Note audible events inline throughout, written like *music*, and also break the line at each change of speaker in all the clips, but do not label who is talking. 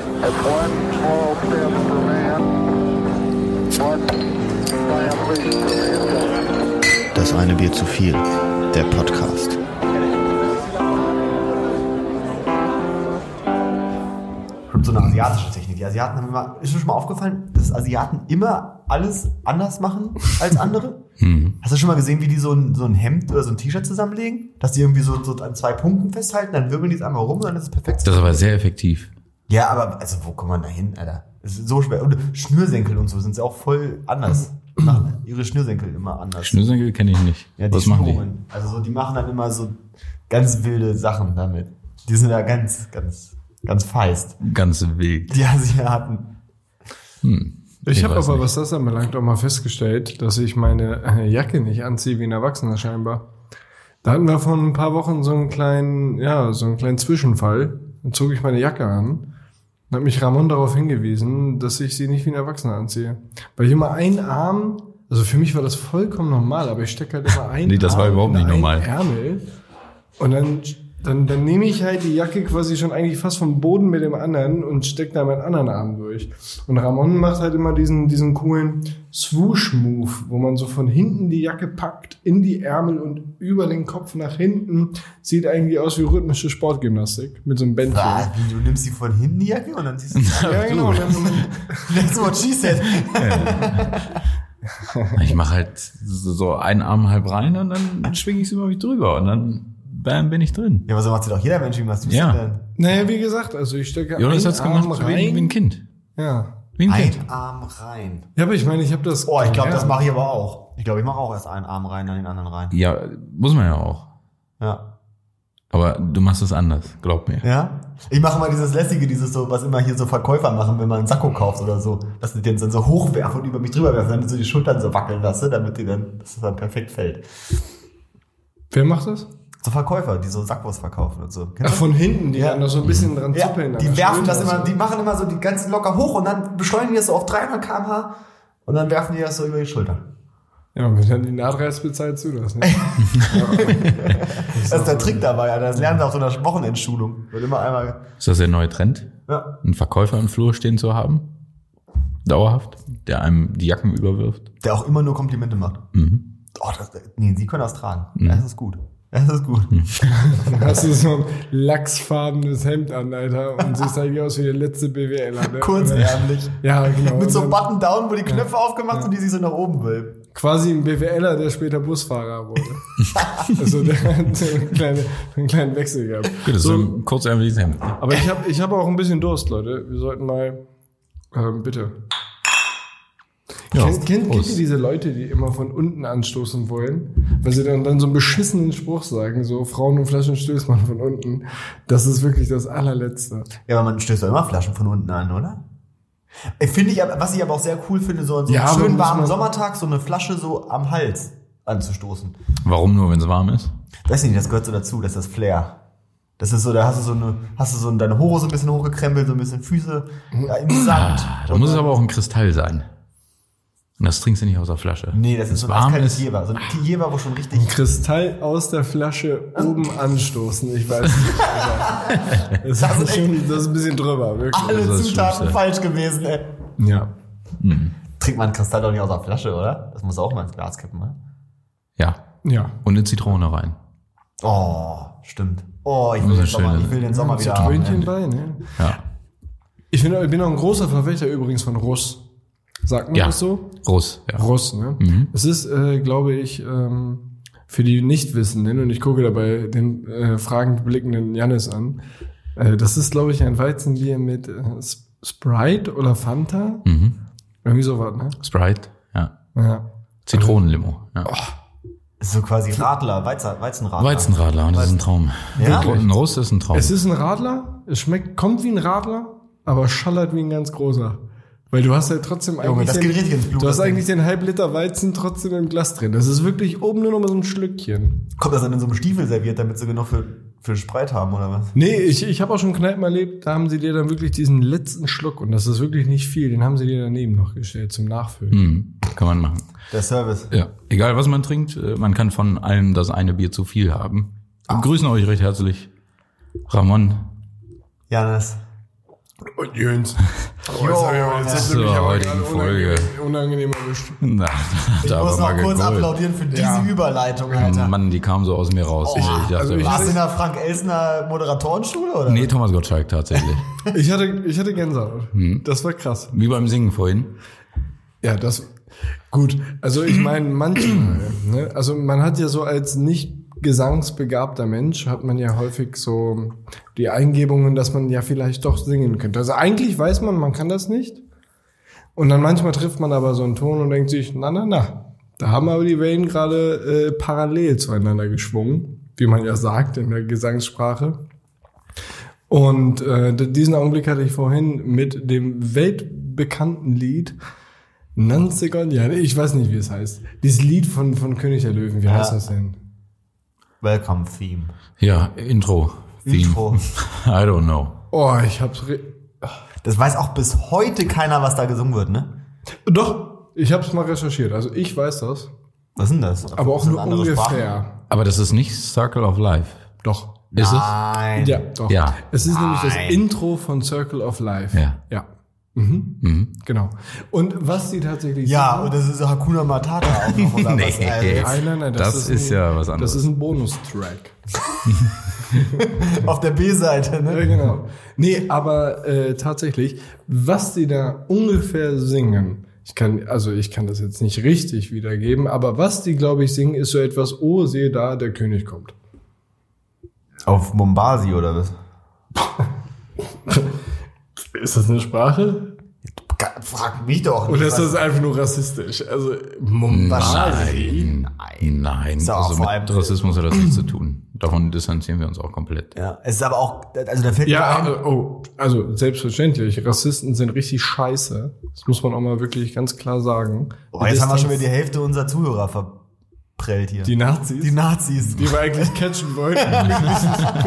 One small step for man, one giant leap for mankind.
Das eine Bier zu viel. Der Podcast.
Schon so eine asiatische Technik. Die Asiaten haben immer, ist dir schon mal aufgefallen, dass Asiaten immer alles anders machen als andere?
*laughs* Hm.
Hast du schon mal gesehen, wie die so ein, so ein Hemd oder so ein T-Shirt zusammenlegen? Dass die irgendwie so, so an zwei Punkten festhalten, dann wirbeln die es einmal rum und dann ist es perfekt.
Das ist aber sehr effektiv.
ja, aber also wo kommt man da hin, Alter? Es ist so schwer. Und Schnürsenkel und so sind sie auch voll anders. Machen ihre Schnürsenkel immer anders.
Schnürsenkel kenne ich nicht.
Ja, die
Was machen die?
Schnurren. Also so, die machen dann immer so ganz wilde Sachen damit. Die sind da ganz, ganz, ganz feist.
Ganz wild.
Die Asiaten.
Ich
Ich
habe
weiß
aber,
nicht.
was das anbelangt, auch mal festgestellt, dass ich meine äh, Jacke nicht anziehe wie ein Erwachsener scheinbar. Da hatten wir vor ein paar Wochen so einen kleinen, ja, so einen kleinen Zwischenfall. Dann zog ich meine Jacke an. Dann hat mich Ramon darauf hingewiesen, dass ich sie nicht wie ein Erwachsener anziehe. Weil ich immer einen Arm, also für mich war das vollkommen normal, aber ich stecke halt immer einen
Nee, das war
Arm
überhaupt
in
nicht
einen
normal.
Ärmel. Und dann, dann, dann nehme ich halt die Jacke quasi schon eigentlich fast vom Boden mit dem anderen und stecke da meinen anderen Arm durch. Und Ramon macht halt immer diesen, diesen coolen Swoosh-Move, wo man so von hinten die Jacke packt, in die Ärmel und über den Kopf nach hinten. Sieht eigentlich aus wie rhythmische Sportgymnastik mit so einem Bändchen.
Ah, wie, du nimmst sie von hinten die Jacke und dann
*laughs*
ziehst du sie
Ja, genau. Und dann-
That's what she said.
Ich mache halt so so einen Arm halb rein und dann schwinge ich es über mich drüber und dann bam, bin ich drin.
Ja, aber so macht sie doch jeder Mensch, wie machst du
Ja.
denn?
Naja, wie gesagt, also ich stecke
Jonas
einen
hat's gemacht
Arm
so wie, wie ein Kind.
Ja.
Wie ein Kind.
Ein Arm rein.
ja, aber ich meine, ich habe das.
Oh, ich glaube, das
gelernt.
mache ich aber auch. Ich glaube, ich mache auch erst einen Arm rein, dann den anderen rein.
Ja, muss man ja auch.
Ja.
Aber du machst es anders, glaub mir.
Ja? Ich mache mal dieses lässige, dieses so, was immer hier so Verkäufer machen, wenn man einen Sakko kauft oder so, dass die den dann so hochwerfen und über mich drüber werfen, dann so die Schultern so wackeln lasse, damit die dann, dass es dann perfekt fällt.
Wer macht das?
So Verkäufer, die so Sakkos verkaufen und so.
Ach,
Kennst du?
von hinten, die
Ja.
dann da so ein bisschen dran
Ja,
zuppeln. an
die
der
werfen das
Schulter.
immer, die machen immer so die ganzen locker hoch und dann beschleunigen die das so auf 300 km/h und dann werfen die das so über die Schultern.
Ja, und wenn dann die Naht reißt, bezahlst du
*laughs*
das, ne?
Das ist der Trick dabei, Alter. das lernen sie auf so einer Wochenendschulung. Wird immer einmal.
Ist das der neue Trend?
Ja.
Einen Verkäufer im Flur stehen zu haben? Dauerhaft? Der einem die Jacken überwirft?
Der auch immer nur Komplimente macht.
Mhm.
Oh, das, nee, sie können das tragen.
Mhm.
Das ist gut. Das ist gut.
Dann hast du so ein lachsfarbenes Hemd an, Alter, und siehst eigentlich aus wie der letzte BWLer, ne?
Kurzärmlich.
Ja, genau.
Mit so einem
Und dann
Button down, wo die Knöpfe aufgemacht sind, die sich so nach oben wölben.
quasi ein BWLer, der später Busfahrer
*laughs*
wurde. also der hat so einen kleinen, einen kleinen Wechsel gehabt.
Gut, das ist so ein kurzärmeliges Hemd.
Aber ich habe ich hab auch ein bisschen Durst, Leute. Wir sollten mal. Ähm, bitte. Kennt, kennt, kennt ihr
Prost.
diese Leute, die immer von unten anstoßen wollen? Weil sie dann, dann so einen beschissenen Spruch sagen, so Frauen und Flaschen stößt man von unten. Das ist wirklich das allerletzte.
Ja, aber man stößt doch immer Flaschen von unten an, oder? Äh, Finde ich, aber- was ich aber auch sehr cool finde, so an so
Ja,
einem
aber
schönen
muss
warmen
man-
Sommertag so eine Flasche so am Hals anzustoßen.
Warum nur, wenn es warm ist?
Weiß nicht, das gehört so dazu, das ist das Flair. Das ist so, da hast du so eine, hast du so deine Hose so ein bisschen hochgekrempelt, so ein bisschen Füße ja, im Sand.
Ah, Da muss es aber auch ein Kristall sein. Und das trinkst du nicht aus der Flasche.
Nee, das ist so
Wenn's
ein
warm
eiskaltes
ist.
Jever. So ein Jever, wo schon richtig.
Kristall aus der Flasche oben anstoßen. Ich weiß nicht. Alter. Das,
Das
ist
ist
schon, das ist ein bisschen drüber, wirklich.
Alle
das
Zutaten
Schlimmste.
falsch gewesen, ey.
Ja.
Trinkt man Kristall doch nicht aus der Flasche, oder? Das muss auch mal ins Glas kippen, ne? oder?
Ja.
Ja.
Und eine Zitrone rein.
Oh, stimmt. Oh, ich will,
Muss
den
ja
Sommer,
schön,
ich will den Sommer wieder haben.
Zitrönchen bei, ne?
Ja.
Ich bin, ich bin auch ein großer Verfechter übrigens von Russ. Sagt man
Ja.
das so?
Russ. Ja.
Russ, ne?
Mhm.
Es ist, äh, glaube ich, ähm, für die Nichtwissenden, und ich gucke dabei den äh, fragend blickenden Jannis an, äh, das ist, glaube ich, ein Weizenbier mit äh, Sp- Sprite oder Fanta.
Mhm.
Irgendwie sowas, ne?
Sprite. Ja.
Ja.
Zitronenlimo. Ja.
Ist so quasi Radler, Weizen, Weizenradler.
Weizenradler. Und das ist ein Traum.
Oh, Ja?
Und Ein Russ ist ein Traum.
Es ist ein Radler, es schmeckt, kommt wie ein Radler, aber schallert wie ein ganz großer. Weil du hast halt trotzdem eigentlich,
das geht richtig ins Blut,
den, du hast
das Ding.
eigentlich den halb Liter Weizen trotzdem im Glas drin. Das ist wirklich oben nur noch mal so ein Schlückchen.
Kommt das dann in so einem Stiefel serviert, damit sie genug für, für Spreit haben, oder was?
Nee, ich, ich habe auch schon Kneipen erlebt, da haben sie dir dann wirklich diesen letzten Schluck, und das ist wirklich nicht viel, den haben sie dir daneben noch gestellt zum Nachfüllen.
Mhm. Kann man machen.
Der Service.
Ja. Egal, was man trinkt, äh, man kann von allem das eine Bier zu viel
Ah.
haben. Wir grüßen euch recht herzlich. Ramon,
Janis.
Und Jöns.
*laughs*
Oh, jetzt hab ich aber- jetzt hast du
Zur
mich aber
heutigen
gerade
Folge.
unangenehm- Unangenehm erwischt.
Na,
Ich
da
muss
war
noch
mal
kurz
gegolten.
applaudieren für diese Überleitung, Alter. Oh,
Mann, die kam so aus mir raus. ich dachte,
also ich-
Warst du in der Frank-Elsner Moderatorenschule, oder?
nee, Thomas Gottschalk
*laughs*
tatsächlich.
Ich hatte, ich hatte Gänsehaut.
Hm.
Das war krass.
Wie beim Singen vorhin.
Ja, das gut. Also ich meine, manchmal, ne? also man hat ja so als nicht gesangsbegabter Mensch hat man ja häufig so die Eingebungen, dass man ja vielleicht doch singen könnte. Also eigentlich weiß man, man kann das nicht. Und dann manchmal trifft man aber so einen Ton und denkt sich, na, na, na, da haben aber die Wellen gerade äh, parallel zueinander geschwungen, wie man ja sagt in der Gesangssprache. Und äh, d- diesen Augenblick hatte ich vorhin mit dem weltbekannten Lied Nanze Gonja. Ich weiß nicht, wie es heißt. Dieses Lied von, von König der Löwen, wie heißt das denn?
Welcome Theme.
Ja, Intro. Theme.
Intro.
*laughs* I don't know.
Oh, ich hab's. Re
Das weiß auch bis heute keiner, was da gesungen wird, ne?
Doch, ich hab's mal recherchiert. Also ich weiß das.
Was sind das?
Aber auch
Sind
nur
andere
ungefähr.
Sprachen?
Aber das ist nicht Circle of Life.
Doch.
Ist es?
Nein.
Ja, doch.
Ja.
Es ist nämlich das
Nein.
Intro von Circle of Life.
Ja.
Ja. Mhm. Genau. Und was sie tatsächlich
Ja,
sagen-
und das ist Hakuna Matata auch noch, oder was?
Nee.
Also,
Nein, nein, nein,
Das ist ja was anderes.
Das ist ein Bonustrack.
auf der B-Seite,
Ja,
ne?
genau. Nee, aber äh, tatsächlich, was sie da ungefähr singen, ich kann, also ich kann das jetzt nicht richtig wiedergeben, aber was die, glaube ich, singen, ist so etwas, oh, sehe da, der König kommt.
Auf Mombasi, oder was?
Ist das eine Sprache?
Frag mich doch.
Oder ist das einfach nur rassistisch? Also, Mum-
Wahrscheinlich.
Nein. Nein.
Ist auch
also
vor
mit
allem-
Rassismus hat das nichts zu tun. Davon distanzieren wir uns auch komplett.
Ja, es ist aber auch, also da fällt mir
Ja,
ein,
aber- oh, also selbstverständlich. Rassisten sind richtig scheiße. Das muss man auch mal wirklich ganz klar sagen.
oh, jetzt haben wir schon wieder die
Distanz-
Hälfte unserer Zuhörer verprellt hier.
die Nazis.
Die Nazis.
die wir eigentlich catchen wollten *laughs*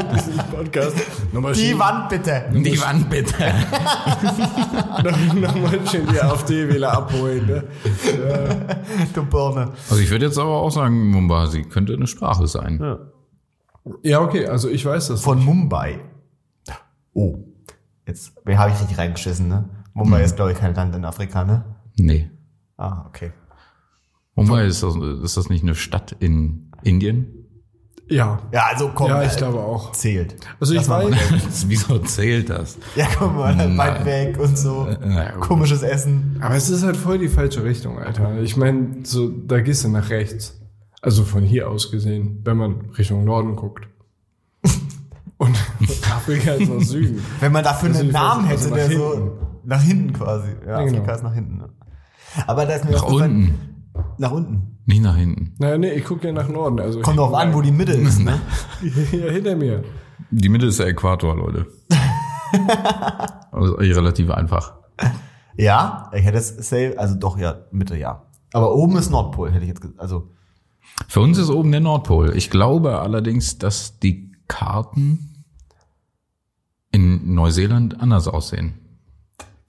mit diesem Podcast. Nochmal
Die
schön,
Wand bitte.
Die Wand bitte.
*laughs* nochmal schön die AfD-Wähler abholen. Ne?
Du Birne.
Also ich würde jetzt aber auch sagen, Mombasi könnte eine Sprache sein.
Ja, okay, also ich weiß das.
Von Mumbai. Oh. Jetzt habe ich richtig reingeschissen, ne? Mumbai
Hm.
ist, glaube ich, kein Land in Afrika, ne?
Nee.
Ah, okay.
Mumbai, ist das, ist das nicht eine Stadt in Indien?
Ja.
Ja, also komm.
Ja, ich
äh,
glaube auch.
Zählt.
Also ich
Lass mal
weiß,
*laughs* Wieso zählt das?
Ja, komm mal, weit
Nein.
weg und so.
Äh,
na gut.
Komisches Essen.
aber es ist halt voll die falsche Richtung, Alter. Ich meine, so, da gehst du nach rechts. Also von hier aus gesehen, wenn man Richtung Norden guckt. *laughs* Und *laughs* Afrika ist nach Süden.
Wenn man dafür
Also
einen
ich weiß
Namen
nicht,
hätte,
also
der
nach
so nach hinten quasi. Ja,
Ja, genau.
Afrika ist nach hinten. Ne? Aber da ist mir
Nach
aufgefallen-
unten,
Nach unten.
nicht nach hinten.
Naja, nee, ich gucke ja nach Norden. Also *laughs*
Kommt drauf an, wo die Mitte ist, ne?
Ja, hinter mir.
Die Mitte ist der Äquator, Leute. *laughs* also eh, relativ einfach.
Ja, ich hätte es safe, also doch, ja, Mitte, ja. Aber oben ist Nordpol, hätte ich jetzt gesagt. Also,
Für uns ist oben der Nordpol. Ich glaube allerdings, dass die Karten in Neuseeland anders aussehen.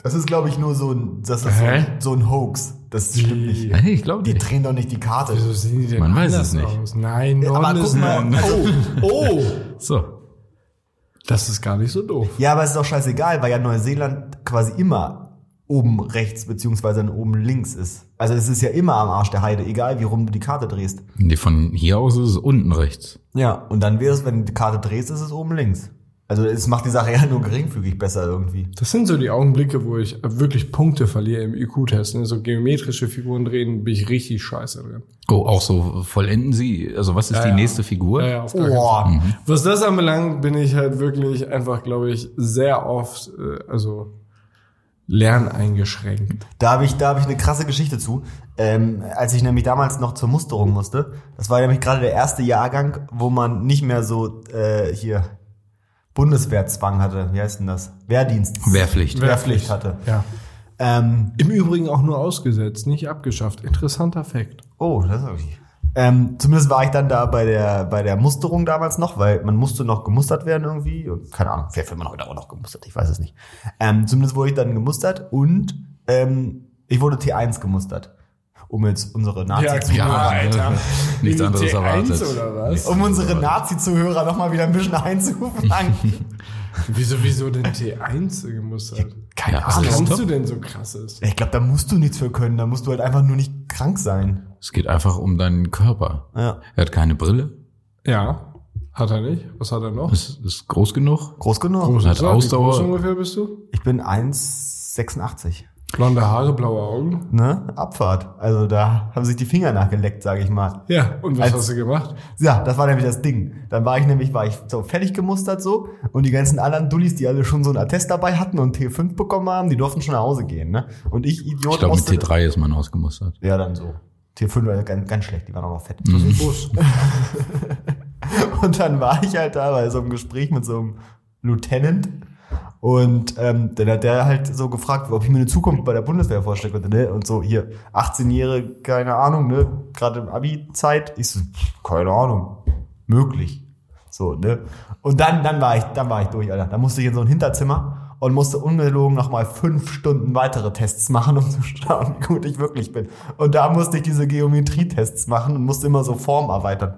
das ist, glaube ich, nur so ein, das ist so ein, so ein Hoax. Das stimmt nicht.
Hey, ich glaube
Die
nicht.
drehen doch nicht die Karte.
Wieso sehen die denn
Man weiß
anders
es nicht.
Aus? Nein, Norden
aber guck
ist
mal,
Norden. *laughs* Oh, oh,
So.
das ist gar nicht so doof.
Ja, aber es ist doch scheißegal, weil ja Neuseeland quasi immer oben rechts beziehungsweise dann oben links ist. Also es ist ja immer am Arsch der Heide, egal wie rum du die Karte drehst.
Nee, von hier aus ist es unten rechts.
Ja, und dann wäre es, wenn du die Karte drehst, ist es oben links. Also es macht die Sache *laughs* ja nur geringfügig besser irgendwie.
Das sind so die Augenblicke, wo ich wirklich Punkte verliere im IQ-Test. Ne? So geometrische Figuren drehen, bin ich richtig scheiße drin.
Oh, auch so vollenden sie. Also was ist die
ja.
nächste Figur?
auf gar keinen Fall.
Boah,
Was das anbelangt, bin ich halt wirklich einfach, glaube ich, sehr oft, äh, also lerneingeschränkt.
da habe ich, da hab ich eine krasse Geschichte zu. Ähm, als ich nämlich damals noch zur Musterung musste, das war nämlich gerade der erste Jahrgang, wo man nicht mehr so äh, hier Bundeswehrzwang hatte. Wie heißt denn das? Wehrdienst.
Wehrpflicht.
Wehrpflicht hatte.
Ja.
Ähm,
Im Übrigen auch nur ausgesetzt, nicht abgeschafft. Interessanter Fakt.
Oh, das habe ich. Ähm, zumindest war ich dann da bei der, bei der Musterung damals noch, weil man musste noch gemustert werden irgendwie. Und keine Ahnung, vielleicht wird man heute auch noch gemustert, ich weiß es nicht. Ähm, zumindest wurde ich dann gemustert und ähm, ich wurde T1 gemustert. Um jetzt unsere Nazi-Zuhörer
Alter.
Nichts
In die
anderes
T1
erwartet.
oder was?
um unsere Nazi-Zuhörer nochmal wieder ein bisschen einzufangen.
Wieso, wieso denn T1 gemustert?
Keine
Ja,
Was
alles
Ahnung.
kannst
top.
halt? du denn so krasses?
Ich glaube, da musst du nichts für können. Da musst du halt einfach nur nicht krank sein.
Es geht einfach um deinen Körper.
Ja.
Er hat keine Brille,
Ja, hat er nicht. Was hat er noch?
ist, ist groß genug.
Groß genug.
Groß
hat
ist er. Wie
Ausdauer.
groß ungefähr bist du?
Ich bin 1,86.
Blonde Haare, blaue Augen.
Ne? Abfahrt. Also da haben sich die Finger nachgeleckt, sage ich mal.
Ja, und was
Als-
hast du gemacht?
Ja, das war nämlich das Ding. Dann war ich nämlich, war ich so fertig gemustert so und die ganzen anderen Dullis, die alle schon so einen Attest dabei hatten und T5 bekommen haben, die durften schon nach Hause gehen, ne? Und ich, Idiot,
Ich glaube, mit
musste-
T3 ist man ausgemustert.
Ja, dann so. T5 war ganz, ganz schlecht, die waren auch noch fett. *laughs* Und dann war ich halt da bei so einem Gespräch mit so einem Lieutenant. Und ähm, dann hat der halt so gefragt, ob ich mir eine Zukunft bei der Bundeswehr vorstellen könnte. Ne? Und so, hier, 18 Jahre, keine Ahnung, ne? gerade im Abi-Zeit. Ich so, keine Ahnung, möglich. So, ne? Und dann, dann, war ich, dann war ich durch, Alter. Dann musste ich in so ein Hinterzimmer und musste ungelogen nochmal fünf Stunden weitere Tests machen, um zu schauen, wie gut ich wirklich bin. Und da musste ich diese Geometrietests machen und musste immer so Form erweitern.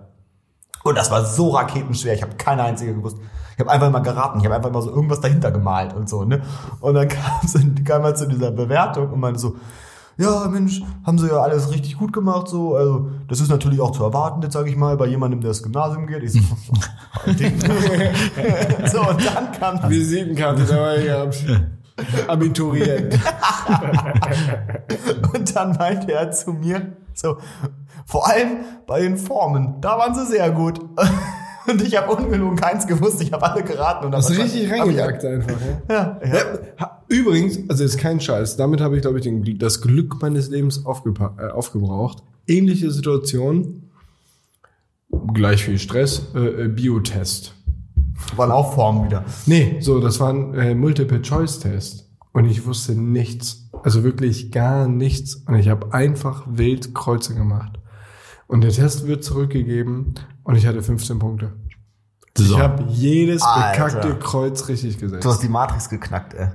Und das war so raketenschwer. Ich habe keine einzige gewusst. Ich habe einfach immer geraten. Ich habe einfach immer so irgendwas dahinter gemalt und so. Ne? Und dann *laughs* kam, so, kam er zu dieser Bewertung und meinte so, ja, Mensch, haben sie ja alles richtig gut gemacht. So, also das ist natürlich auch zu erwarten, jetzt sage ich mal, bei jemandem, der ins Gymnasium geht. Ich so, *laughs* oh, so und dann kam
Also-
das.
Visitenkarte dabei *laughs* gehabt. Abiturient.
Und dann meinte er zu mir, so, vor allem bei den Formen, da waren sie sehr gut. *laughs* Und ich habe ungelogen keins gewusst, ich habe alle geraten. Und
Hast du
hab-
richtig
hab ich-
reingejagt einfach. Ja?
Ja, ja.
Ja. ha- Übrigens, also ist kein Scheiß. Damit habe ich, glaube ich, den, das Glück meines Lebens aufgepa- äh, aufgebraucht. Ähnliche Situation. Gleich viel Stress. Äh, äh, Biotest.
Waren auch Formen wieder.
Nee, so, das war ein äh, Multiple-Choice-Test. Und ich wusste nichts. Also wirklich gar nichts. Und ich habe einfach wild Kreuze gemacht. Und der Test wird zurückgegeben und ich hatte 15 Punkte.
So.
Ich habe jedes
Alter.
bekackte Kreuz richtig gesetzt.
Du hast die Matrix geknackt, ey.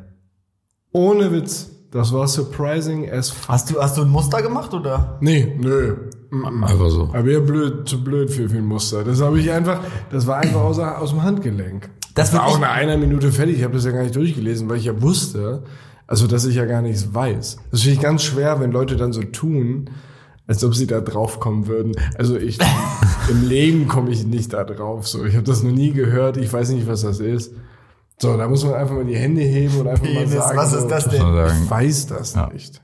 Ohne Witz. Das war surprising as fuck.
Hast du, hast du ein Muster gemacht, oder?
Nee, nö. Mm-mm.
Einfach so.
Aber ihr blöd, zu blöd für viel Muster. Das habe ich einfach, das war einfach aus, aus dem Handgelenk.
Das wird
war auch
*laughs* nicht-
nach einer Minute fertig. Ich habe das ja gar nicht durchgelesen, weil ich ja wusste, also dass ich ja gar nichts weiß. Das finde ich ganz schwer, wenn Leute dann so tun, als ob sie da drauf kommen würden. Also ich, im Leben komme ich nicht da drauf. So, ich habe das noch nie gehört. Ich weiß nicht, was das ist. So, da muss man einfach mal die Hände heben und einfach
Penis, also.
mal sagen,
was
so,
ist das
Muss man
denn?
Ich
sagen.
weiß das
Ja.
nicht.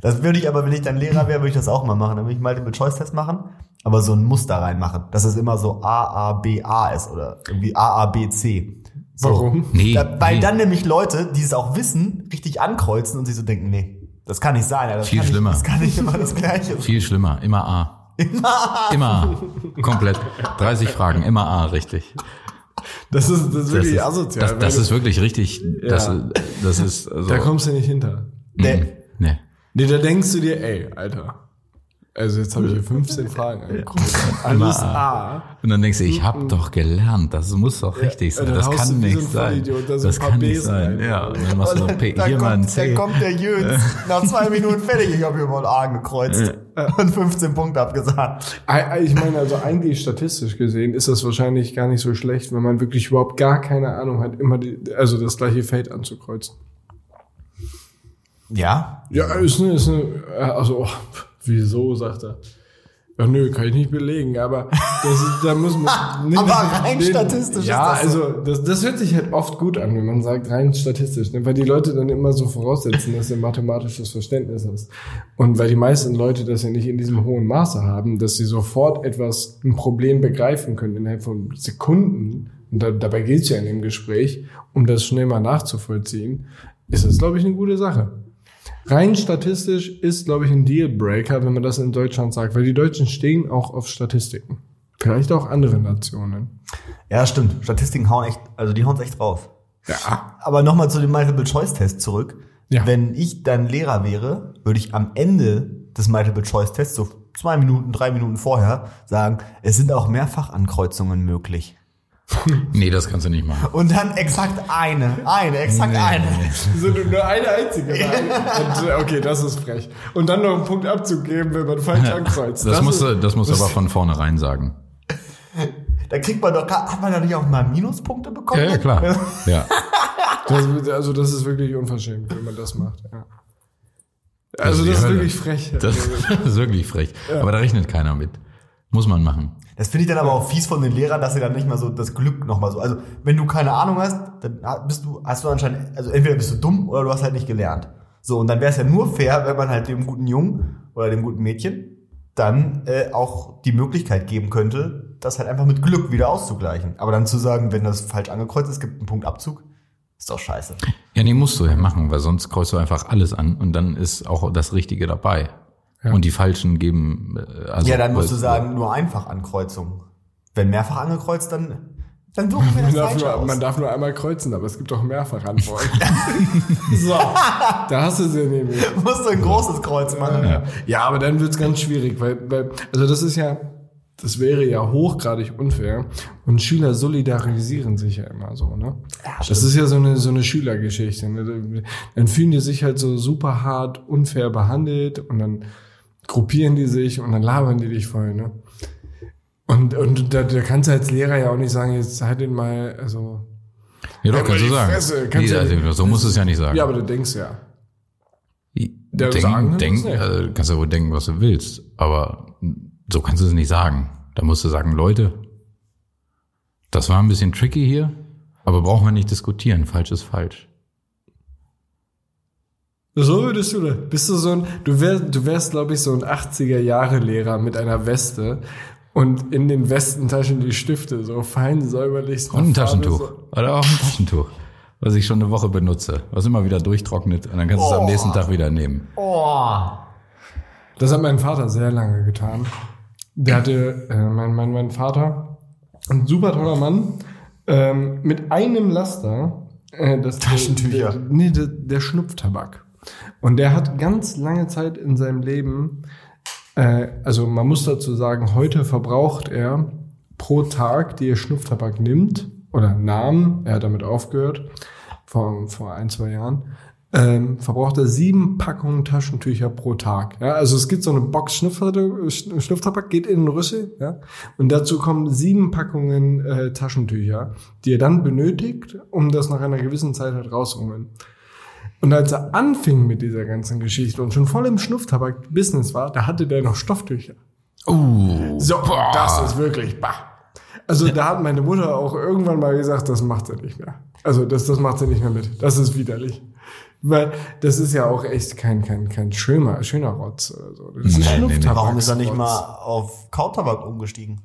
Das würde ich aber, wenn ich dann Lehrer wäre, würde ich das auch mal machen. Dann würde ich mal den Choice-Test machen, aber so ein Muster reinmachen, dass es immer so A, A, B, A ist oder irgendwie A, A, B, C. So.
Warum?
Nee,
Da, weil
nee.
dann nämlich Leute, die es auch wissen, richtig ankreuzen und sich so denken, nee, das kann nicht sein. Alter, Das
Viel
kann
schlimmer.
Nicht, das kann nicht immer das *laughs* Gleiche. sein.
Viel schlimmer. Immer A. Immer A. Komplett. 30 Fragen. Immer A, richtig.
Das ist, das ist wirklich
ist,
asozial.
das, das
weil
ist wirklich richtig. Das,
Ja.
das ist so.
du, da kommst du nicht hinter.
Nee.
nee.
Nee, da denkst du dir, ey, Alter. Also jetzt habe ich hier 15 Fragen angekreuzt. Alles A.
Und dann denkst du, ich habe doch gelernt, das muss doch richtig sein.
dann
Das
haust du
kann
wie so
nicht
ein
sein.
Vollidiot da so
Das
ein paar
kann nicht
Besen
sein.
rein.
Ja, und dann machst du noch P.
Dann
Hier mal ein
kommt,
C.
dann kommt der *laughs* Jöns nach zwei Minuten fertig. Ich habe hier mal ein A gekreuzt und 15 Punkte abgesagt.
Ei, ei, Ich meine, also eigentlich statistisch gesehen ist das wahrscheinlich gar nicht so schlecht, wenn man wirklich überhaupt gar keine Ahnung hat, immer die, also das gleiche Feld anzukreuzen.
Ja,
Ja, ist ne, ist ne, also, oh, pf, wieso, sagt er. Ja, nö, kann ich nicht belegen, aber das ist, da
*laughs*
muss man.
Aber rein statistisch
ja,
ist das so.
also, das, das hört sich halt oft gut an, wenn man sagt rein statistisch, ne? weil die Leute dann immer so voraussetzen, dass du ein mathematisches Verständnis hast. Und weil die meisten Leute das ja nicht in diesem hohen Maße haben, dass sie sofort etwas, ein Problem begreifen können innerhalb von Sekunden, und da, dabei geht's ja in dem Gespräch, um das schnell mal nachzuvollziehen, ist das, glaube ich, eine gute Sache. Rein statistisch ist, glaube ich, ein Dealbreaker, wenn man das in Deutschland sagt, weil die Deutschen stehen auch auf Statistiken. Vielleicht auch andere Nationen.
Ja, stimmt. Statistiken hauen echt, also die hauen echt raus.
Ja.
Aber nochmal zu dem Multiple-Choice-Test zurück.
Ja.
Wenn ich dann Lehrer wäre, würde ich am Ende des Multiple-Choice-Tests, so zwei Minuten, drei Minuten vorher, sagen, es sind auch Mehrfachankreuzungen möglich.
Nee, das kannst du nicht machen.
Und dann exakt eine, eine, exakt eine.
Sind nur eine einzige Wahl. *laughs* Und, äh, Okay, das ist frech. Und dann noch einen Punkt abzugeben, wenn man falsch ankreuzt.
Das, musst,
ist-
du, das musst du
das-
aber von vornherein sagen.
Da kriegt man doch, gar- hat man da nicht auch mal Minuspunkte bekommen?
Ja, ja, klar. Ja.
Das, also das ist wirklich unverschämt, wenn man das macht. Ja. Also,
Also die
das ist
Hölle.
wirklich frech. Also,
Das, das ist wirklich frech. Aber da rechnet keiner mit. Muss man machen.
Das finde ich dann aber auch fies von den Lehrern, dass sie dann nicht mal so das Glück nochmal so. Also, wenn du keine Ahnung hast, dann bist du, hast du anscheinend, also entweder bist du dumm oder du hast halt nicht gelernt. So, und dann wäre es ja nur fair, wenn man halt dem guten Jungen oder dem guten Mädchen dann äh, auch die Möglichkeit geben könnte, das halt einfach mit Glück wieder auszugleichen. Aber dann zu sagen, wenn das falsch angekreuzt ist, gibt einen Punkt Abzug, ist doch scheiße.
Ja, nee, musst du ja machen, weil sonst kreuzt du einfach alles an und dann ist auch das Richtige dabei.
Ja.
Und die Falschen geben. äh, Also,
ja, dann musst du
weil-
sagen, nur einfach Ankreuzung. Wenn mehrfach angekreuzt, dann, dann suchen wir
Man *laughs*
das
darf,
Falsche
nur,
aus.
man darf nur einmal kreuzen, aber es gibt auch mehrfach Antworten. so, da hast du sie nämlich.
Du musst ein großes Kreuz machen.
Ja. ja, aber dann wird's ganz schwierig, weil, weil, also das ist ja, das wäre ja hochgradig unfair. Und Schüler solidarisieren sich ja immer so, ne? das ist ja so eine, so eine Schülergeschichte. Ne? Dann fühlen die sich halt so super hart, unfair behandelt und dann gruppieren die sich und dann labern die dich voll, ne? Und, und da, da kannst du als Lehrer ja auch nicht sagen, jetzt halt den mal, also.
Ja, doch, kannst
Halt mal
du
die
sagen.
Fresse, kannst
nee,
du ja
also, so musst du es ja nicht sagen.
Ja, aber du denkst ja. der
denk,
sagen kann
denk,
das nicht.
also, kannst ja wohl denken, was du willst, aber so kannst du es nicht sagen. Da musst du sagen, Leute, das war ein bisschen tricky hier, aber brauchen wir nicht diskutieren. Falsch ist falsch.
So würdest du da. Bist du so ein, du wärst, du wärst, glaube ich, so ein 80er-Jahre-Lehrer mit einer Weste und in den Westentaschen die Stifte, so fein säuberlich.
Und ein
nach Farbe,
Taschentuch.
so.
Oder auch ein Taschentuch, was ich schon eine Woche benutze, was immer wieder durchtrocknet und dann kannst
Oh.
du es am nächsten Tag wieder nehmen.
Oh.
Das hat mein Vater sehr lange getan. Der hatte, äh, mein, mein, mein Vater, ein super toller Mann, ähm, mit einem Laster, äh, das
Taschentücher.
Der, nee, der, der Schnupftabak. Und der hat ganz lange Zeit in seinem Leben, äh, also man muss dazu sagen, heute verbraucht er pro Tag, die er Schnupftabak nimmt oder nahm, er hat damit aufgehört, vor, vor ein, zwei Jahren, ähm, verbraucht er sieben Packungen Taschentücher pro Tag. Ja, also es gibt so eine Box Schnupftabak, Schnupftabak geht in den Rüssel, ja, und dazu kommen sieben Packungen äh, Taschentücher, die er dann benötigt, um das nach einer gewissen Zeit halt rauszuholen. Und als er anfing mit dieser ganzen Geschichte und schon voll im Schnupftabak-Business war, da hatte der noch Stofftücher.
Uh,
So, das ist wirklich bah. Also da hat meine Mutter auch irgendwann mal gesagt, das macht sie nicht mehr. Also das, das macht sie nicht mehr mit. Das ist widerlich. Weil das ist ja auch echt kein, kein, kein schöner, schöner Rotz. Oder so. Das
Nein,
ist
nee, nee.
Schnupftabak.
Warum ist er nicht mal auf Kautabak umgestiegen?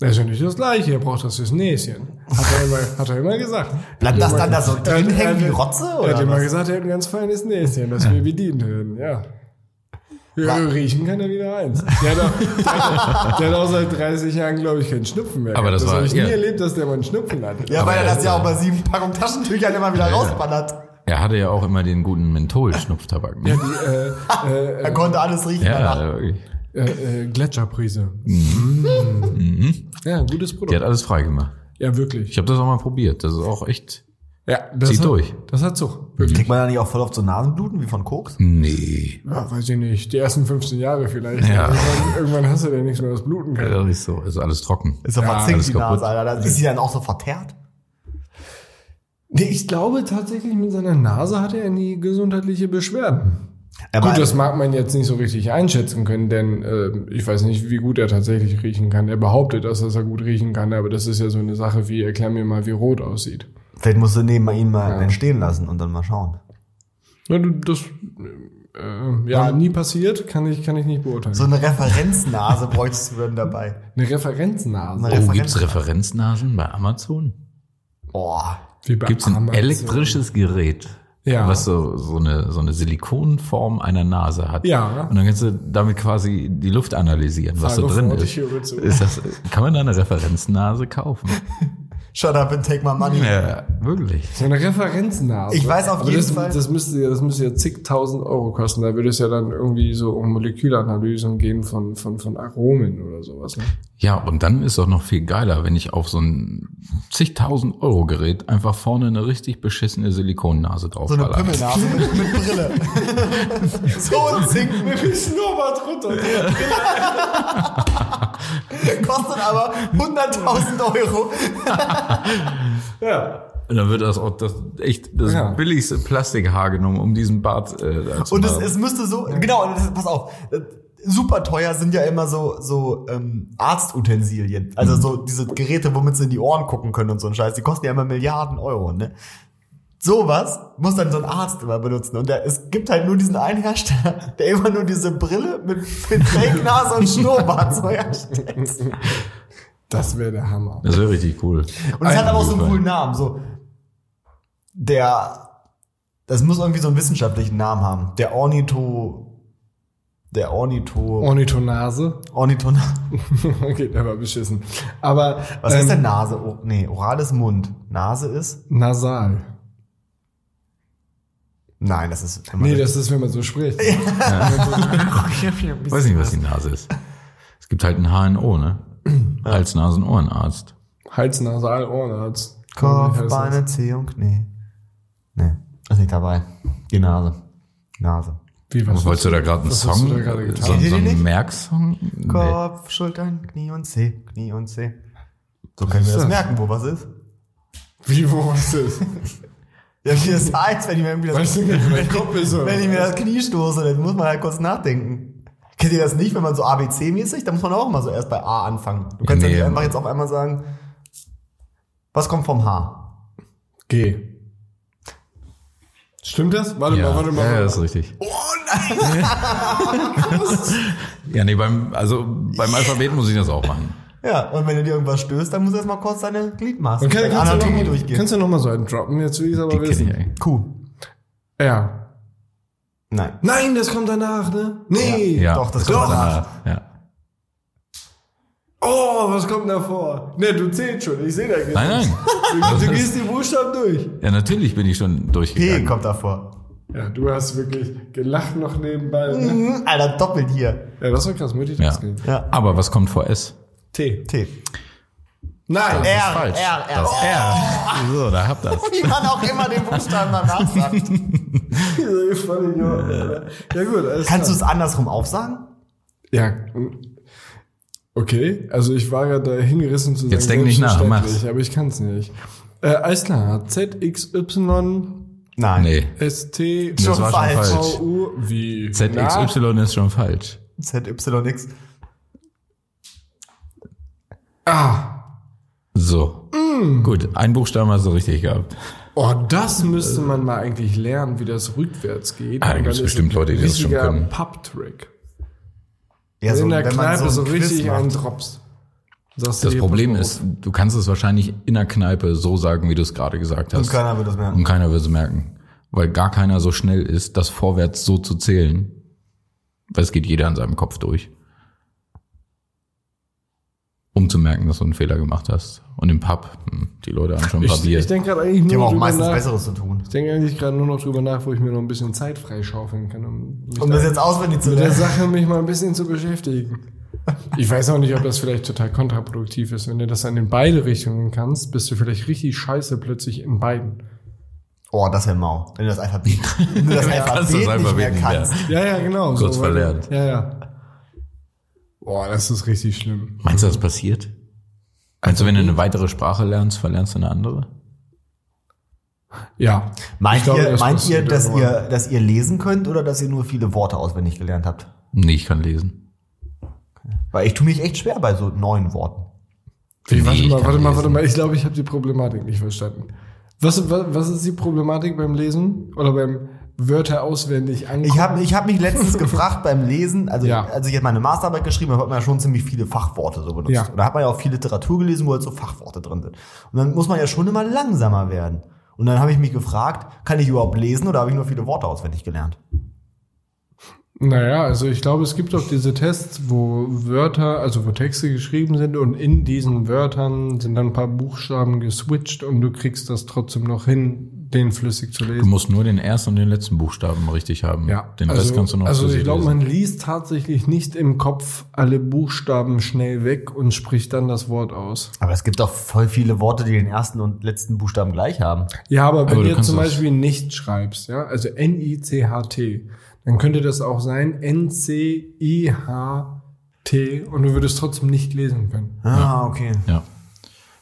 Das ist ja nicht das Gleiche. Er braucht das fürs Näschen. Hat er immer, hat er immer gesagt.
Bleibt das dann da so
Er hat-
drin hängen wie
er hat-
Rotze?
Er hat
Oder
immer
was?
gesagt, er hat ein ganz feines Näschen, das wir bedienen würden, ja. Ja, riechen kann er wieder eins. Der hat auch, der hat, der hat auch seit 30 Jahren, glaube ich, keinen Schnupfen mehr.
Aber
gehabt.
das war-
habe ich
ja.
nie erlebt, dass der mal einen Schnupfen hatte.
Ja, weil
Aber
er das
er-
ja auch bei sieben Packungen Taschentüchern immer wieder
Ja, ja.
rausballert.
er hatte ja auch immer den guten Menthol-Schnupftabak. Ne?
Die, äh,
Er konnte alles riechen danach.
Ja, wirklich.
äh, äh, Gletscherprise.
Mhm.
Mhm.
Mhm.
Ja, gutes
Die hat
Produkt.
alles frei gemacht.
Ja, wirklich.
Ich habe das auch mal probiert. Das ist auch echt.
Ja, das
Zieht
hat,
durch.
Das hat Zug. Wirklich.
Kriegt man da nicht auch voll auf so Nasenbluten wie von Koks?
Nee.
Ja, weiß ich nicht. Die ersten 15 Jahre vielleicht.
Ja.
Irgendwann, irgendwann hast du ja nichts mehr, was bluten kann.
Das ist so. Ist alles trocken.
Ist doch
Ja,
verzinkt
alles
die
kaputt.
Nase, Alter. Ist die dann auch so verteert?
Nee, ich glaube tatsächlich, mit seiner Nase hatte er nie gesundheitliche Beschwerden.
Aber
Gut, das mag man jetzt nicht so richtig einschätzen können, denn äh, ich weiß nicht, wie gut er tatsächlich riechen kann. Er behauptet, dass dass er gut riechen kann, aber das ist ja so eine Sache wie, erklär mir mal, wie rot aussieht.
vielleicht musst du neben ihn mal einen stehen lassen und dann mal schauen.
Na, du, das äh, ja, nie passiert, kann ich, kann ich nicht beurteilen.
So eine Referenznase bräuchtest du dann dabei.
eine Referenznase.
Eine
Oh,
Referenz-
gibt's Referenznasen bei Amazon?
Boah.
Wie bei
Gibt's ein
Amazon.
elektrisches Gerät,
Ja.
was so, so, eine, so eine Silikonform einer Nase hat?
Ja.
Und dann kannst du damit quasi die Luft analysieren, was
Frage
da drin
vor,
ist.
ich höre zu.
ist das, kann man da eine Referenznase kaufen?
Shut up and take my money.
ja, wirklich.
So eine Referenznase.
Ich weiß auf
Aber
jeden
das,
Fall-
Das müsste, ja- das müsste ja zigtausend Euro kosten. Da würde es ja dann irgendwie so um Molekülanalysen gehen von, von, von Aromen oder sowas. Ne?
Ja, und dann ist auch noch viel geiler, wenn ich auf so ein zigtausend Euro Gerät einfach vorne eine richtig beschissene Silikonnase drauf
So eine Pimmelnase mit, mit Brille. so ein Zinken. Mit dem Schnurrbart runter. Kostet aber 100.000 Euro.
Ja.
Und dann wird das auch das echt das
Ja.
billigste Plastikhaar genommen, um diesen Bart äh, da zu
Und es,
machen.
es müsste so, genau, und das, pass auf. äh, Super teuer sind ja immer so, so ähm, Arztutensilien. Also so diese Geräte, womit sie in die Ohren gucken können und so ein Scheiß. Die kosten ja immer Milliarden Euro, ne? Sowas muss dann so ein Arzt immer benutzen. Und der, es gibt halt nur diesen einen Hersteller, der immer nur diese Brille mit, mit Fake-Nase und Schnurrbart so herstellt.
Das wäre der Hammer.
das wäre richtig cool.
Und es hat aber auch so einen
Fall.
coolen Namen. So der, das muss irgendwie so einen wissenschaftlichen Namen haben. Der Ornitho, der Ornitho,
Ornithonase. *laughs*
Ornithon.
okay, der war beschissen. Aber ähm,
Was ist denn Nase? O, nee, oral ist Mund. Nase ist?
nasal?
Nein, das ist. Immer
Nee, das ist, wenn man so spricht.
Ich weiß nicht, was die Nase ist. Es gibt halt ein HNO, ne? Als Nasen-Ohrenarzt.
Hals, Nasal, Ohrenarzt.
Kopf, Beine, Zeh und Knie. Nee, ist nicht dabei. Die Nase. Nase.
Wie
Was
was?
wolltest du da gerade einen
was
Song?
hast du da gerade getan?
so,
Kennt ihr
so
den nicht?
einen Merksong? Nee.
Kopf, Schultern, Knie und Zeh. Knie und Zeh. So können
ist
wir das
das?
merken, wo was ist.
Wie, wo ist das?
Ja, wie das heißt, wenn ich mir irgendwie das
Weißt du nicht, mein Kopf ist so.
Wenn ich mir das Knie stoße, dann muss man halt kurz nachdenken. Kennt ihr das nicht, wenn man so ABC-mäßig, da muss man auch immer so erst bei A anfangen. Du kannst
Nee,
ja nicht einfach
Mann.
jetzt auf einmal sagen, was kommt vom H?
Geh. Stimmt das? Warte
Ja,
mal, warte mal.
ja,
warte
das ist
mal.
richtig. Oh *laughs* nein! ja, nee, beim, also beim Alphabet muss ich das auch machen.
Ja, und wenn du dir irgendwas stößt, dann musst du erstmal kurz deine Gliedmaßen,
Und kann,
deine
kannst, du noch
Anatomie
mal,
durchgehen.
kannst du noch mal so einen droppen? Jetzt will ich es aber
Die kenn ich
wissen.
eigentlich.
Kuh.
Ja.
Nein.
Nein, das kommt danach, ne? Nee.
Ja,
Doch, das
kommt
kommt
danach. Ja.
Oh, was kommt davor? Ne, du zählst schon. Ich sehe da
Nein, nein.
Du, du gehst die Buchstaben durch.
Ja, natürlich bin ich schon
P
durchgegangen.
kommt davor.
Ja, du hast wirklich gelacht noch nebenbei. Ne?
Mhm, Alter, doppelt hier.
Ja, das war krass,
Ja.
Multitasking.
Ja.
Aber was kommt vor S?
T.
T.
Nein. *laughs*
R,
Falsch.
R, R.
Das R. So, da habt das.
*laughs* Wie man auch immer den Buchstaben mal nachsagt.
*laughs* Diese Vollidioten,
Äh.
Alter. Ja gut, alles
Kannst du
klar.
es andersrum aufsagen?
Ja. Okay, also ich war gerade hingerissen zu sagen.
Jetzt denk nicht nach,
selbstverständlich,
mach's.
Aber ich kann es nicht. Äh, alles klar. Z, X, Y,
Nein.
Nee,
S, T,
das
Schon
war schon
falsch.
falsch.
V, U, wie? Na?
ZXY ist schon falsch.
ZYX.
Ah.
So. Gut, ein Buchstaben hast du richtig gehabt.
Oh, das müsste man mal eigentlich lernen, wie das rückwärts geht.
Ah, da
Und dann
gibt's
ist
bestimmt
ein
Leute, die das schon
riesiger
können.
Pub-Trick.
Ja,
Also in der
Also, wenn man
Kneipe so,
ein Quiz
richtig
macht.
einen droppst. Sagst du
Das
dir,
Problem
pass
ist, du kannst es wahrscheinlich in der Kneipe so sagen, wie du es gerade gesagt hast.
Und keiner wird das merken.
Und keiner wird es merken. Weil gar keiner so schnell ist, das vorwärts so zu zählen. Weil es geht jeder an seinem Kopf durch. Um zu merken, dass du einen Fehler gemacht hast. Und im Pub, hm, die Leute haben schon ein
mal
paar
auf. Ich,
Bier.
ich denke gerade eigentlich nur
Die haben
noch
auch
drüber
meistens
nach.
Besseres zu tun.
Ich denke eigentlich gerade nur noch drüber nach, wo ich mir noch ein bisschen Zeit freischaufeln kann, um, mich
Um
da
das jetzt auswendig zu
mit der
lernen.
Sache mich mal ein bisschen zu beschäftigen. Ich weiß auch nicht, ob das vielleicht total kontraproduktiv ist. Wenn du das dann in beide Richtungen kannst, bist du vielleicht richtig scheiße plötzlich in beiden.
Oh, das wäre mau. Wenn du das Alphabet, wenn
*laughs*
du das
Ja, kannst
Alphabet
du das
nicht mehr
Alphabet nicht mehr.
kannst.
Ja, ja, genau.
Kurz
weil-
verlernt.
Ja, ja. Boah, das ist richtig schlimm.
Meinst du, das passiert? Also wenn du eine weitere Sprache lernst, verlernst du eine andere?
Ja.
Meint
Ich glaube,
ihr,
das
meint
passiert
ihr, dass
irgendwann.
ihr, dass ihr lesen könnt oder dass ihr nur viele Worte auswendig gelernt habt?
Nee, ich kann lesen.
Weil ich tue mich echt schwer bei so neuen Worten.
Wie, warte
Nee, ich
mal,
kann
warte mal, warte
lesen.
mal. Ich glaube, ich habe die Problematik nicht verstanden. Was, was, was ist die Problematik beim Lesen oder beim Wörter auswendig angucken?
Ich habe ich hab mich letztens gefragt beim Lesen, also
Ja.
als ich jetzt meine Masterarbeit geschrieben habe, hat man ja schon ziemlich viele Fachworte so benutzt.
Ja.
Oder hat man ja auch viel Literatur gelesen, wo halt so Fachworte drin sind. Und dann muss man ja schon immer langsamer werden. Und dann habe ich mich gefragt, kann ich überhaupt lesen oder habe ich nur viele Worte auswendig gelernt?
Naja, also ich glaube, es gibt auch diese Tests, wo Wörter, also wo Texte geschrieben sind und in diesen Wörtern sind dann ein paar Buchstaben geswitcht und du kriegst das trotzdem noch hin, den flüssig zu
Du
lesen.
musst nur den ersten und den letzten Buchstaben richtig haben. Den Rest
also,
kannst du noch
Also
flüssig
ich glaube,
lesen.
man liest tatsächlich nicht im Kopf alle Buchstaben schnell weg und spricht dann das Wort aus.
Aber es gibt doch voll viele Worte, die den ersten und letzten Buchstaben gleich haben.
Ja, aber wenn
Aber du
du
kannst
zum
das-
Beispiel nicht schreibst, ja, also N-I-C-H-T, dann könnte das auch sein N-C-I-H-T und du würdest trotzdem nicht lesen können.
Ah, okay.
Ja.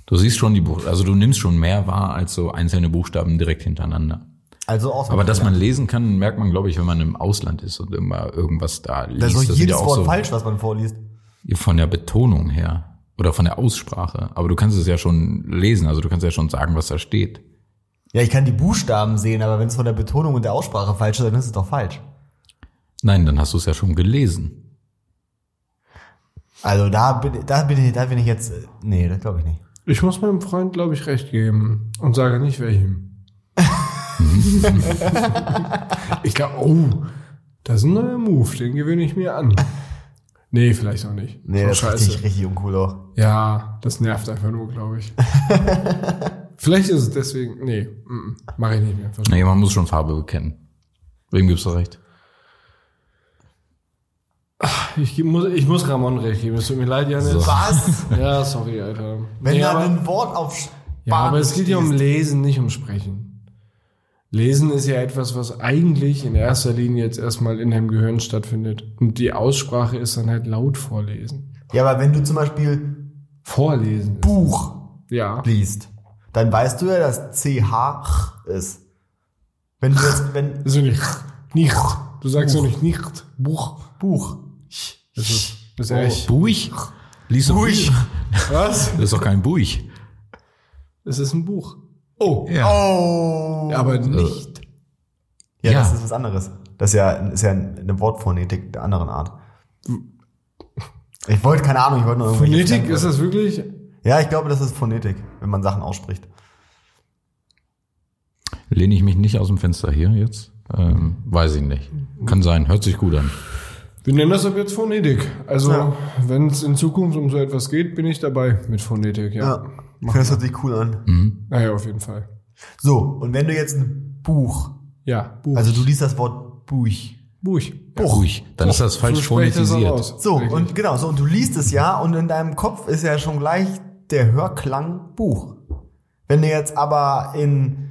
Du siehst schon die Buchstaben, also du nimmst schon mehr wahr als so einzelne Buchstaben direkt hintereinander.
Also auch.
Aber dass man lesen kann, merkt man, glaube ich, wenn man im Ausland ist und immer irgendwas da liest.
da ist doch
das
jedes
ja
Wort falsch, was man vorliest.
von der Betonung her oder von der Aussprache. Aber du kannst es ja schon lesen, also du kannst ja schon sagen, was da steht.
Ja, ich kann die Buchstaben sehen, aber wenn es von der Betonung und der Aussprache falsch ist, dann ist es doch falsch.
Nein, dann hast du es ja schon gelesen.
Also da bin, da bin ich, da bin ich jetzt. äh, Nee, das glaube ich nicht.
Ich muss meinem Freund, glaube ich, recht geben und sage
*laughs*
nicht welchem. ich glaube, oh, das ist ein neuer Move, den gewöhne ich mir an. Nee, vielleicht auch nicht.
Nee,
So
das ist richtig, richtig uncool auch.
Ja, das nervt einfach nur,
*laughs*
glaube ich. Vielleicht ist es deswegen. Nee, mm, mache ich nicht mehr. Verstehe.
Nee, man muss schon Farbe bekennen. Wem gibst du recht?
Ich, geb- muss, ich muss Ramon recht geben. Es tut mir leid, Janis.
Was?
Ja, sorry, Alter.
Wenn
nee,
da
aber,
ein Wort auf Spanisch
ja, aber es geht ja um
liest.
Lesen, nicht um Sprechen. Lesen ist ja etwas, was eigentlich in erster Linie jetzt erstmal in deinem Gehirn stattfindet. Und die Aussprache ist dann halt laut vorlesen.
Ja, aber wenn du zum Beispiel
Vorlesen. Ist,
Buch
ja.
liest, dann weißt du ja, dass CH ist. Wenn du jetzt, wenn
Also nicht. Nicht. Du sagst ja nicht nicht. Buch.
Buch.
Das ist, das ist echt.
Buich? Lies doch Buich.
Oh. Was?
Das ist doch kein Buich.
Es ist ein Buch. Also, Oh.
Ja.
Oh.
Aber nicht.
Ja,
Ja.
das ist was anderes. Das ist ja, ist ja eine Wortphonetik der anderen Art. Ich wollte, keine Ahnung, ich wollte nur irgendwelche
Phonetik
Fremdwörter.
ist das wirklich?
Ja, ich glaube, das ist Phonetik, wenn man Sachen ausspricht.
Lehne ich mich nicht aus dem Fenster hier jetzt? Ähm, weiß ich nicht. Kann sein, hört sich gut an.
Wir nennen das ab jetzt Phonetik. Also,
Ja.
wenn es in Zukunft um so etwas geht, bin ich dabei mit Phonetik, ja.
Ja. Ich finde, das hört sich cool an.
Naja, auf jeden Fall.
So, und wenn du jetzt ein Buch,
Ja, Buch.
also du liest das Wort Buch.
Buch.
Oh.
Buich. Dann ist das falsch
spreche ich das auch
phonetisiert.
aus.
So,
Wirklich.
und genau, so, und du liest es ja, und in deinem Kopf ist ja schon gleich der Hörklang Buch. Wenn du jetzt aber in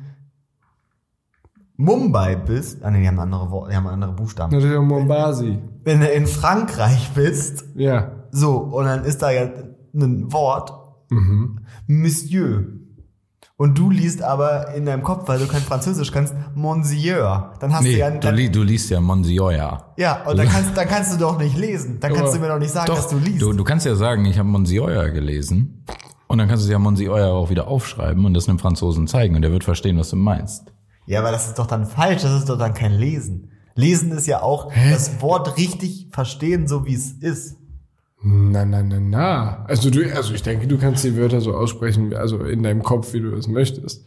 Mumbai bist, ah nee, die haben andere Worte, die haben andere Buchstaben.
Natürlich auch Mombasi.
Wenn du in Frankreich bist,
Ja.
so, und dann ist da ja ein Wort,
Mhm.
Monsieur. Und du liest aber in deinem Kopf, weil du kein Französisch kannst, Monsieur. Dann hast du
Nee,
ja,
du,
dann,
li du liest ja Monsignor. ja.
ja, und dann kannst, dann kannst du doch nicht lesen. Dann kannst
Aber
du mir doch nicht sagen, dass du liest.
Du, du kannst ja sagen, ich habe Monsignor gelesen. Und dann kannst du es ja Monsignor auch wieder aufschreiben und das einem Franzosen zeigen und der wird verstehen, was du meinst.
Ja, aber das ist doch dann falsch, das ist doch dann kein Lesen. Lesen ist ja auch das Wort richtig verstehen, so wie es ist.
Na, na, na, na. Also, du, also ich denke, du kannst die Wörter so aussprechen, wie- also in deinem Kopf, wie du es möchtest.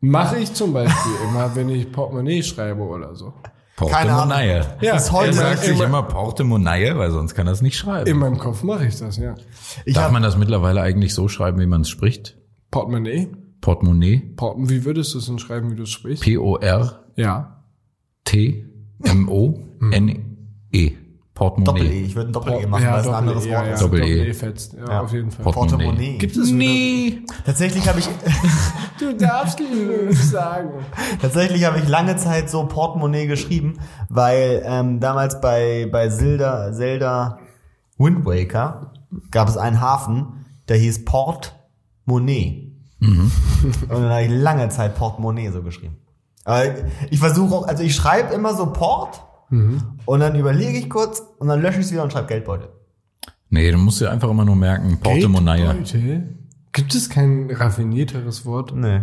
Mache ich
*laughs*
zum Beispiel immer, wenn ich Portemonnaie schreibe oder so.
Portemonnaie.
Ja,
Bis
Er
heute
sagt sich
immer-
immer Portemonnaie, weil sonst kann er es nicht schreiben.
In meinem Kopf mache ich das, ja.
Ich
Darf
hab,
man das mittlerweile eigentlich so schreiben, wie man es spricht?
Portemonnaie?
Portemonnaie,
Porten, wie würdest du es denn schreiben, wie du es sprichst?
P-O-R-T-M-O-N-E.
ja. Hm.
E. Portemonnaie.
E.
Doppel-E, ich würde ein
Oh,
Doppel-E E machen, weil es ein anderes Wort ist.
Doppel-E.
Doppel-E E fetzt. Ja, auf jeden Fall.
Portemonnaie.
Portemonnaie.
Gibt es
Nee.
Tatsächlich habe ich,
Du darfst nicht sagen.
tatsächlich habe ich lange Zeit so Portemonnaie geschrieben, weil ähm, damals bei, bei Zelda, Zelda Wind Waker gab es einen Hafen, der hieß Portemonnaie.
Mhm.
Und dann habe ich lange Zeit Portemonnaie so geschrieben. Aber ich versuche auch, also ich schreibe immer so Port
Mhm.
und dann überlege ich kurz und dann lösche ich es wieder und schreibe Geldbeutel.
Nee, du musst dir einfach immer nur merken, Portemonnaie.
Geldbeutel? Gibt es kein raffinierteres Wort?
Nee.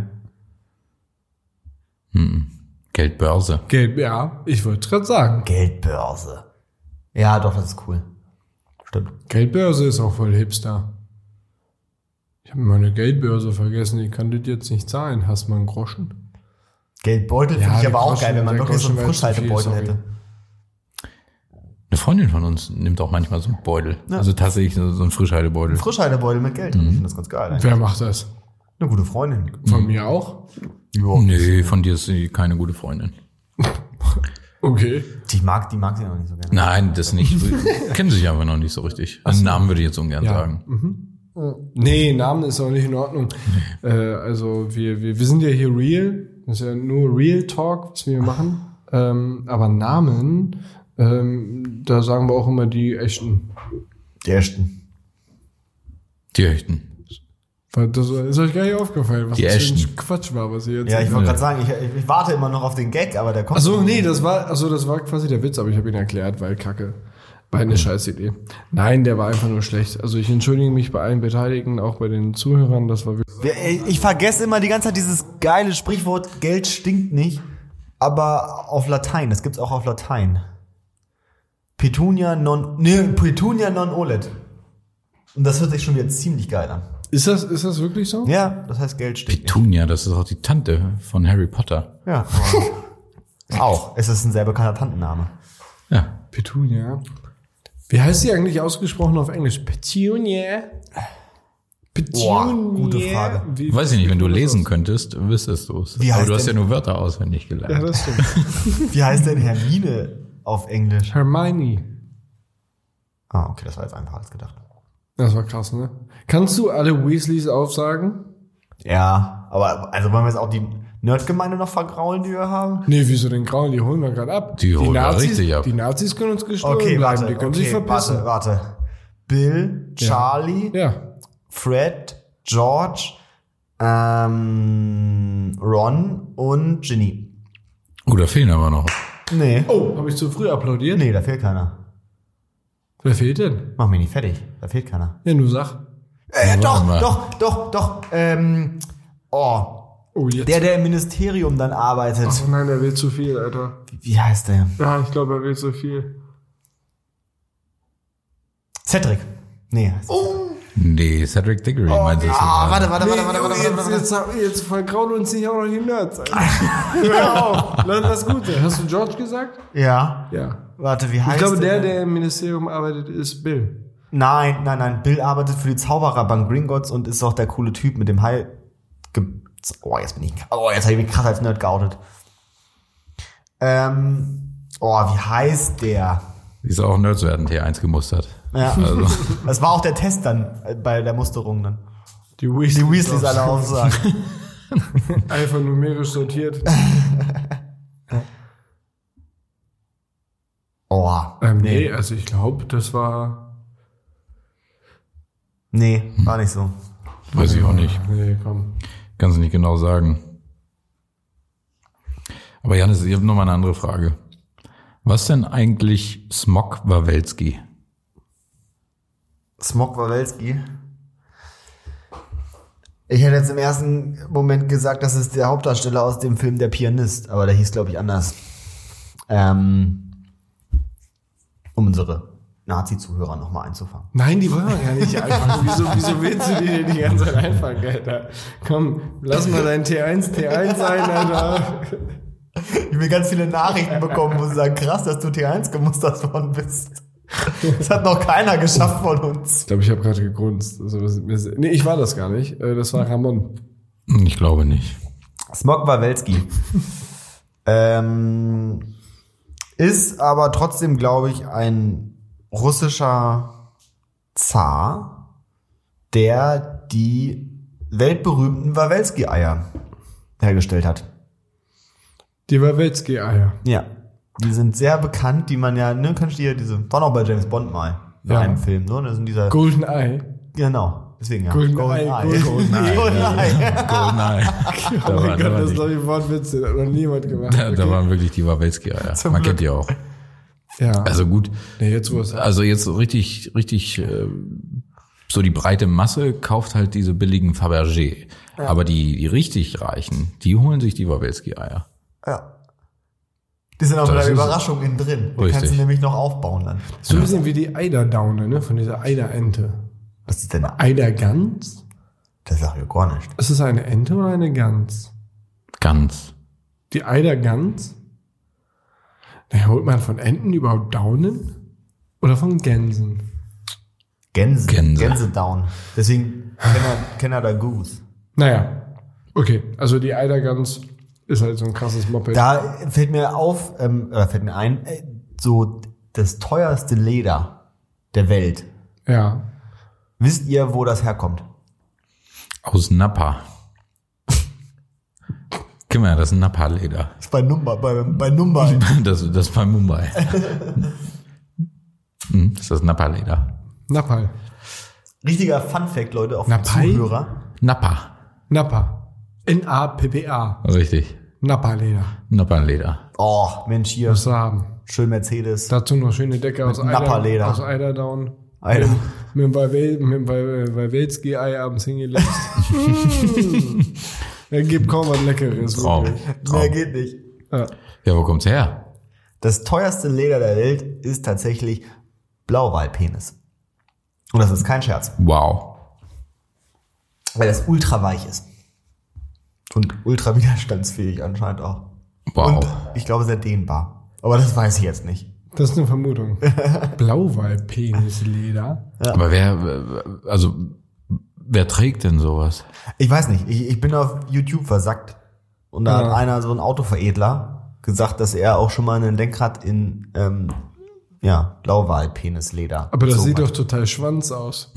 Geldbörse.
Geld, ja, ich wollte es gerade sagen.
Geldbörse. Ja, doch, das ist cool. Stimmt.
Geldbörse ist auch voll hipster. Ich habe meine Geldbörse vergessen, ich kann das jetzt nicht zahlen. Hast du mal einen Groschen?
Geldbeutel
Ja,
finde ich
der
aber auch
Groschen-
geil, wenn man
der
wirklich so einen
Groschen war jetzt zu viel,
Frischhaltebeutel
sorry.
hätte.
Eine Freundin von uns nimmt auch manchmal so einen Beutel. Also tatsächlich so so einen Frischhaltebeutel.
Frischhaltebeutel mit Geld. drin. Ich finde das ganz geil. eigentlich.
Wer macht das?
Eine gute Freundin.
Von mir auch.
nee, von dir ist sie keine gute Freundin.
Okay.
Die mag, die mag sie noch nicht so gerne.
Nein, das nicht. Kennen sich aber noch nicht so richtig. Einen Namen würde ich jetzt ungern sagen.
Nee, Namen ist auch nicht in Ordnung. Äh, also wir, wir, wir sind ja hier real. Das ist ja nur Real Talk, was wir hier machen. Ähm, aber Namen, ähm, da sagen wir auch immer die echten.
Die Ashton.
Die echten.
Weil das ist euch gar nicht aufgefallen, was
Die
das für ein
echten.
Quatsch war, was ihr jetzt
Ja, ich wollte gerade sagen, ich, ich, ich warte immer noch auf den Gag, aber der kommt.
Achso,
nicht.
nee, das war, also das war quasi der Witz, aber ich habe ihn erklärt, weil Kacke. War eine Scheißidee. Nein, der war einfach nur schlecht. Also ich entschuldige mich bei allen Beteiligten, auch bei den Zuhörern. Das war wirklich.
Wir- ey, Ich vergesse immer die ganze Zeit dieses geile Sprichwort, Geld stinkt nicht, aber auf Latein, das gibt's auch auf Latein. Petunia non, nee, Petunia non olet. Und das hört sich schon wieder ziemlich geil an.
Ist das, ist das wirklich so?
Ja, das heißt Geld stinkt.
Petunia, das ist auch die Tante von Harry Potter.
Ja. aber- auch. Es ist ein sehr bekannter Tantenname.
Ja.
Petunia. Wie heißt sie eigentlich ausgesprochen auf Englisch? Petunia. Petunia.
Boah, gute Frage.
Wie,
Weiß ich nicht, wenn du lesen könntest, wüsstest du es.
Wie
Aber
heißt
du hast ja
denn-
nur Wörter auswendig
Ja,
gelernt.
das stimmt.
Wie heißt denn Hermine auf Englisch?
Hermione.
Ah, okay, das war jetzt einfacher als gedacht.
Das war krass, ne? Kannst du alle Weasleys aufsagen?
Ja, aber also wollen wir jetzt auch die Nerdgemeinde noch vergraulen, die wir haben?
Nee, wieso den Grauen? Die holen wir gerade ab.
Die holen wir richtig ab.
Die Nazis können uns gestohlen
Okay,
bleiben.
warte,
die können
okay,
sich verpassen.
warte, warte. Bill, Charlie,
Ja.
Fred, George, ähm, Ron und Ginny.
Oh, da fehlen aber noch.
Nee.
Oh, habe ich zu früh applaudiert?
Nee, da fehlt keiner.
Wer fehlt denn?
Mach mich nicht fertig. Da fehlt keiner.
Ja, nur sag.
Äh,
Ja, warte
doch,
mal.
doch, doch, doch. Ähm, oh,
Oh, jetzt.
der, der im Ministerium dann arbeitet.
oh nein, der will zu viel, Alter.
Wie, wie heißt der?
Ja, ich glaube, er will zu viel.
Cedric. Nee. heißt-
Nee, Cedric Diggory meinte es.
Oh, Ah, warte, warte,
Nee,
warte, warte, warte, warte,
jetzt,
warte.
jetzt, jetzt, jetzt vergrauen uns nicht auch noch die
*laughs*
Nerds. Alter. Hör auf, lass das Gute. Hast du George gesagt?
Ja,
Ja.
warte, wie heißt
Ich glaube, der,
denn?
der im Ministerium arbeitet, ist Bill.
Nein, nein, nein. Bill arbeitet für die Zaubererbank Gringotts und ist auch der coole Typ mit dem Heil. Ge- Oh, jetzt bin ich. Oh, jetzt habe ich mich krass als Nerd geoutet. Ähm. Oh, wie heißt der?
Die ist auch Nerds werden T1 gemustert.
Ja.
Also,
*laughs* Das war auch der Test dann äh, bei der Musterung dann.
Die Weasleys.
Die Weasleys alle
*laughs*
aufsagen.
Einfach numerisch sortiert.
Oh.
Ähm, nee.
nee.
also ich glaube, das war.
Nee, war nicht so.
weiß ich auch nicht.
Nee, komm.
Kannst du nicht genau sagen. Aber Janis, ich habe noch mal eine andere Frage. Was denn eigentlich Smog Wawelski?
Smog Wawelski. Ich hätte jetzt im ersten Moment gesagt, das ist der Hauptdarsteller aus dem Film Der Pianist, aber der hieß, glaube ich, anders. Ähm, um unsere Nazi-Zuhörer nochmal einzufangen.
Nein, die wollen wir gar nicht
*laughs*
einfach. wieso, wieso willst du die denn die ganze Zeit einfangen, Alter? Komm, lass mal dein T1 T1 sein, Alter.
Ich habe ganz viele Nachrichten bekommen, wo sie sagen, krass, dass du T1 gemustert worden bist. Das hat noch keiner geschafft von uns.
Ich glaube, ich habe gerade gegrunzt. Also, was- mir ist- nee, ich war das gar nicht. Äh, Das war Ramon.
Hm, Ich glaube nicht.
*laughs*
Smog Wawelski. ähm, ist aber trotzdem, glaube ich, ein russischer Zar, der die weltberühmten Wawelski-Eier hergestellt hat.
Die Wawelski-Eier.
Ja. Die sind sehr bekannt, die man ja, ne, kennst du hier diese, war noch bei James Bond mal in
Ja.
einem Film, ne? Das sind dieser,
Golden Eye.
genau, deswegen ja.
Golden
Golden
Eye,
Eye.
Golden
Golden Eye.
Goldeneye. *laughs* da,
Oh mein
waren, da,
Gott,
waren
das ist,
die,
glaube ich, ein Wortwitz. Den hat noch niemand gemacht.
*laughs* da, da waren wirklich die Wawelski-Eier. Man kennt die auch.
ja.
Also gut,
nee, jetzt wo es.
also jetzt so richtig, richtig äh, so die breite Masse kauft halt diese billigen Fabergé. Aber die, die richtig Reichen, die holen sich die Wawelski-Eier.
Ja. Die sind auch
Das
mit einer
ist es.
Überraschung innen drin. Die kannst du
Richtig.
nämlich noch aufbauen dann.
So ein bisschen wie die Eiderdaune, ne? Von dieser Eiderente.
Was ist denn da?
Eidergans?
Das sag ich gar nicht.
Ist es eine Ente oder eine Gans?
Ganz.
Die Eidergans? Naja, holt man von Enten überhaupt Daunen? Oder von Gänsen?
Gänse.
Gänse.
Gänsedown. Deswegen Canada, Canada Goose.
Naja, okay. Also die Eidergans ist halt so ein krasses Moped.
Da fällt mir auf, ähm, oder fällt mir ein, äh, so das teuerste Leder der Welt.
ja.
Wisst ihr, wo das herkommt?
Aus Napa. Guck mal, das ist Napa-Leder.
Das ist bei Numba, bei, bei Numba.
Das, das war Mumbai. Hm, das ist das Napa-Leder.
Napal.
Richtiger Funfact, Leute, auf die
Napalm?
Zuhörer.
Napa.
Napa. N-A-P-P-A.
Richtig.
Napa-Leder.
Napa-Leder.
Oh, Mensch, hier,
Musst du haben.
schön Mercedes.
Dazu noch schöne Decke aus
Napa-Leder.
Eider, aus Eiderdown.
Alter.
Mit dem Wawel- mit dem Wawel- Wawelski-Ei
*laughs*
abends hingelegt. Er gibt kaum was Leckeres.
Traum.
wirklich.
Mehr
Traum.
geht nicht.
Ja.
Ja, wo kommt's her?
Das teuerste Leder der Welt ist tatsächlich Blauwalpenis. Und das ist kein Scherz,
Wow.
weil das ultra weich ist. Und ultra widerstandsfähig anscheinend auch.
Wow.
Und ich glaube sehr dehnbar. Aber das weiß ich jetzt nicht.
Das ist
*laughs*
eine Vermutung. Blauwalpenisleder.
Aber wer, äh, also, wer trägt denn sowas?
Ich weiß nicht, ich, ich bin auf YouTube versackt. Und da
Ja.
hat einer, so ein Autoveredler, gesagt, dass er auch schon mal ein Lenkrad in ähm, ja, Blauwalpenisleder.
Aber das
gezogen
sieht
hat.
doch total Schwanz aus.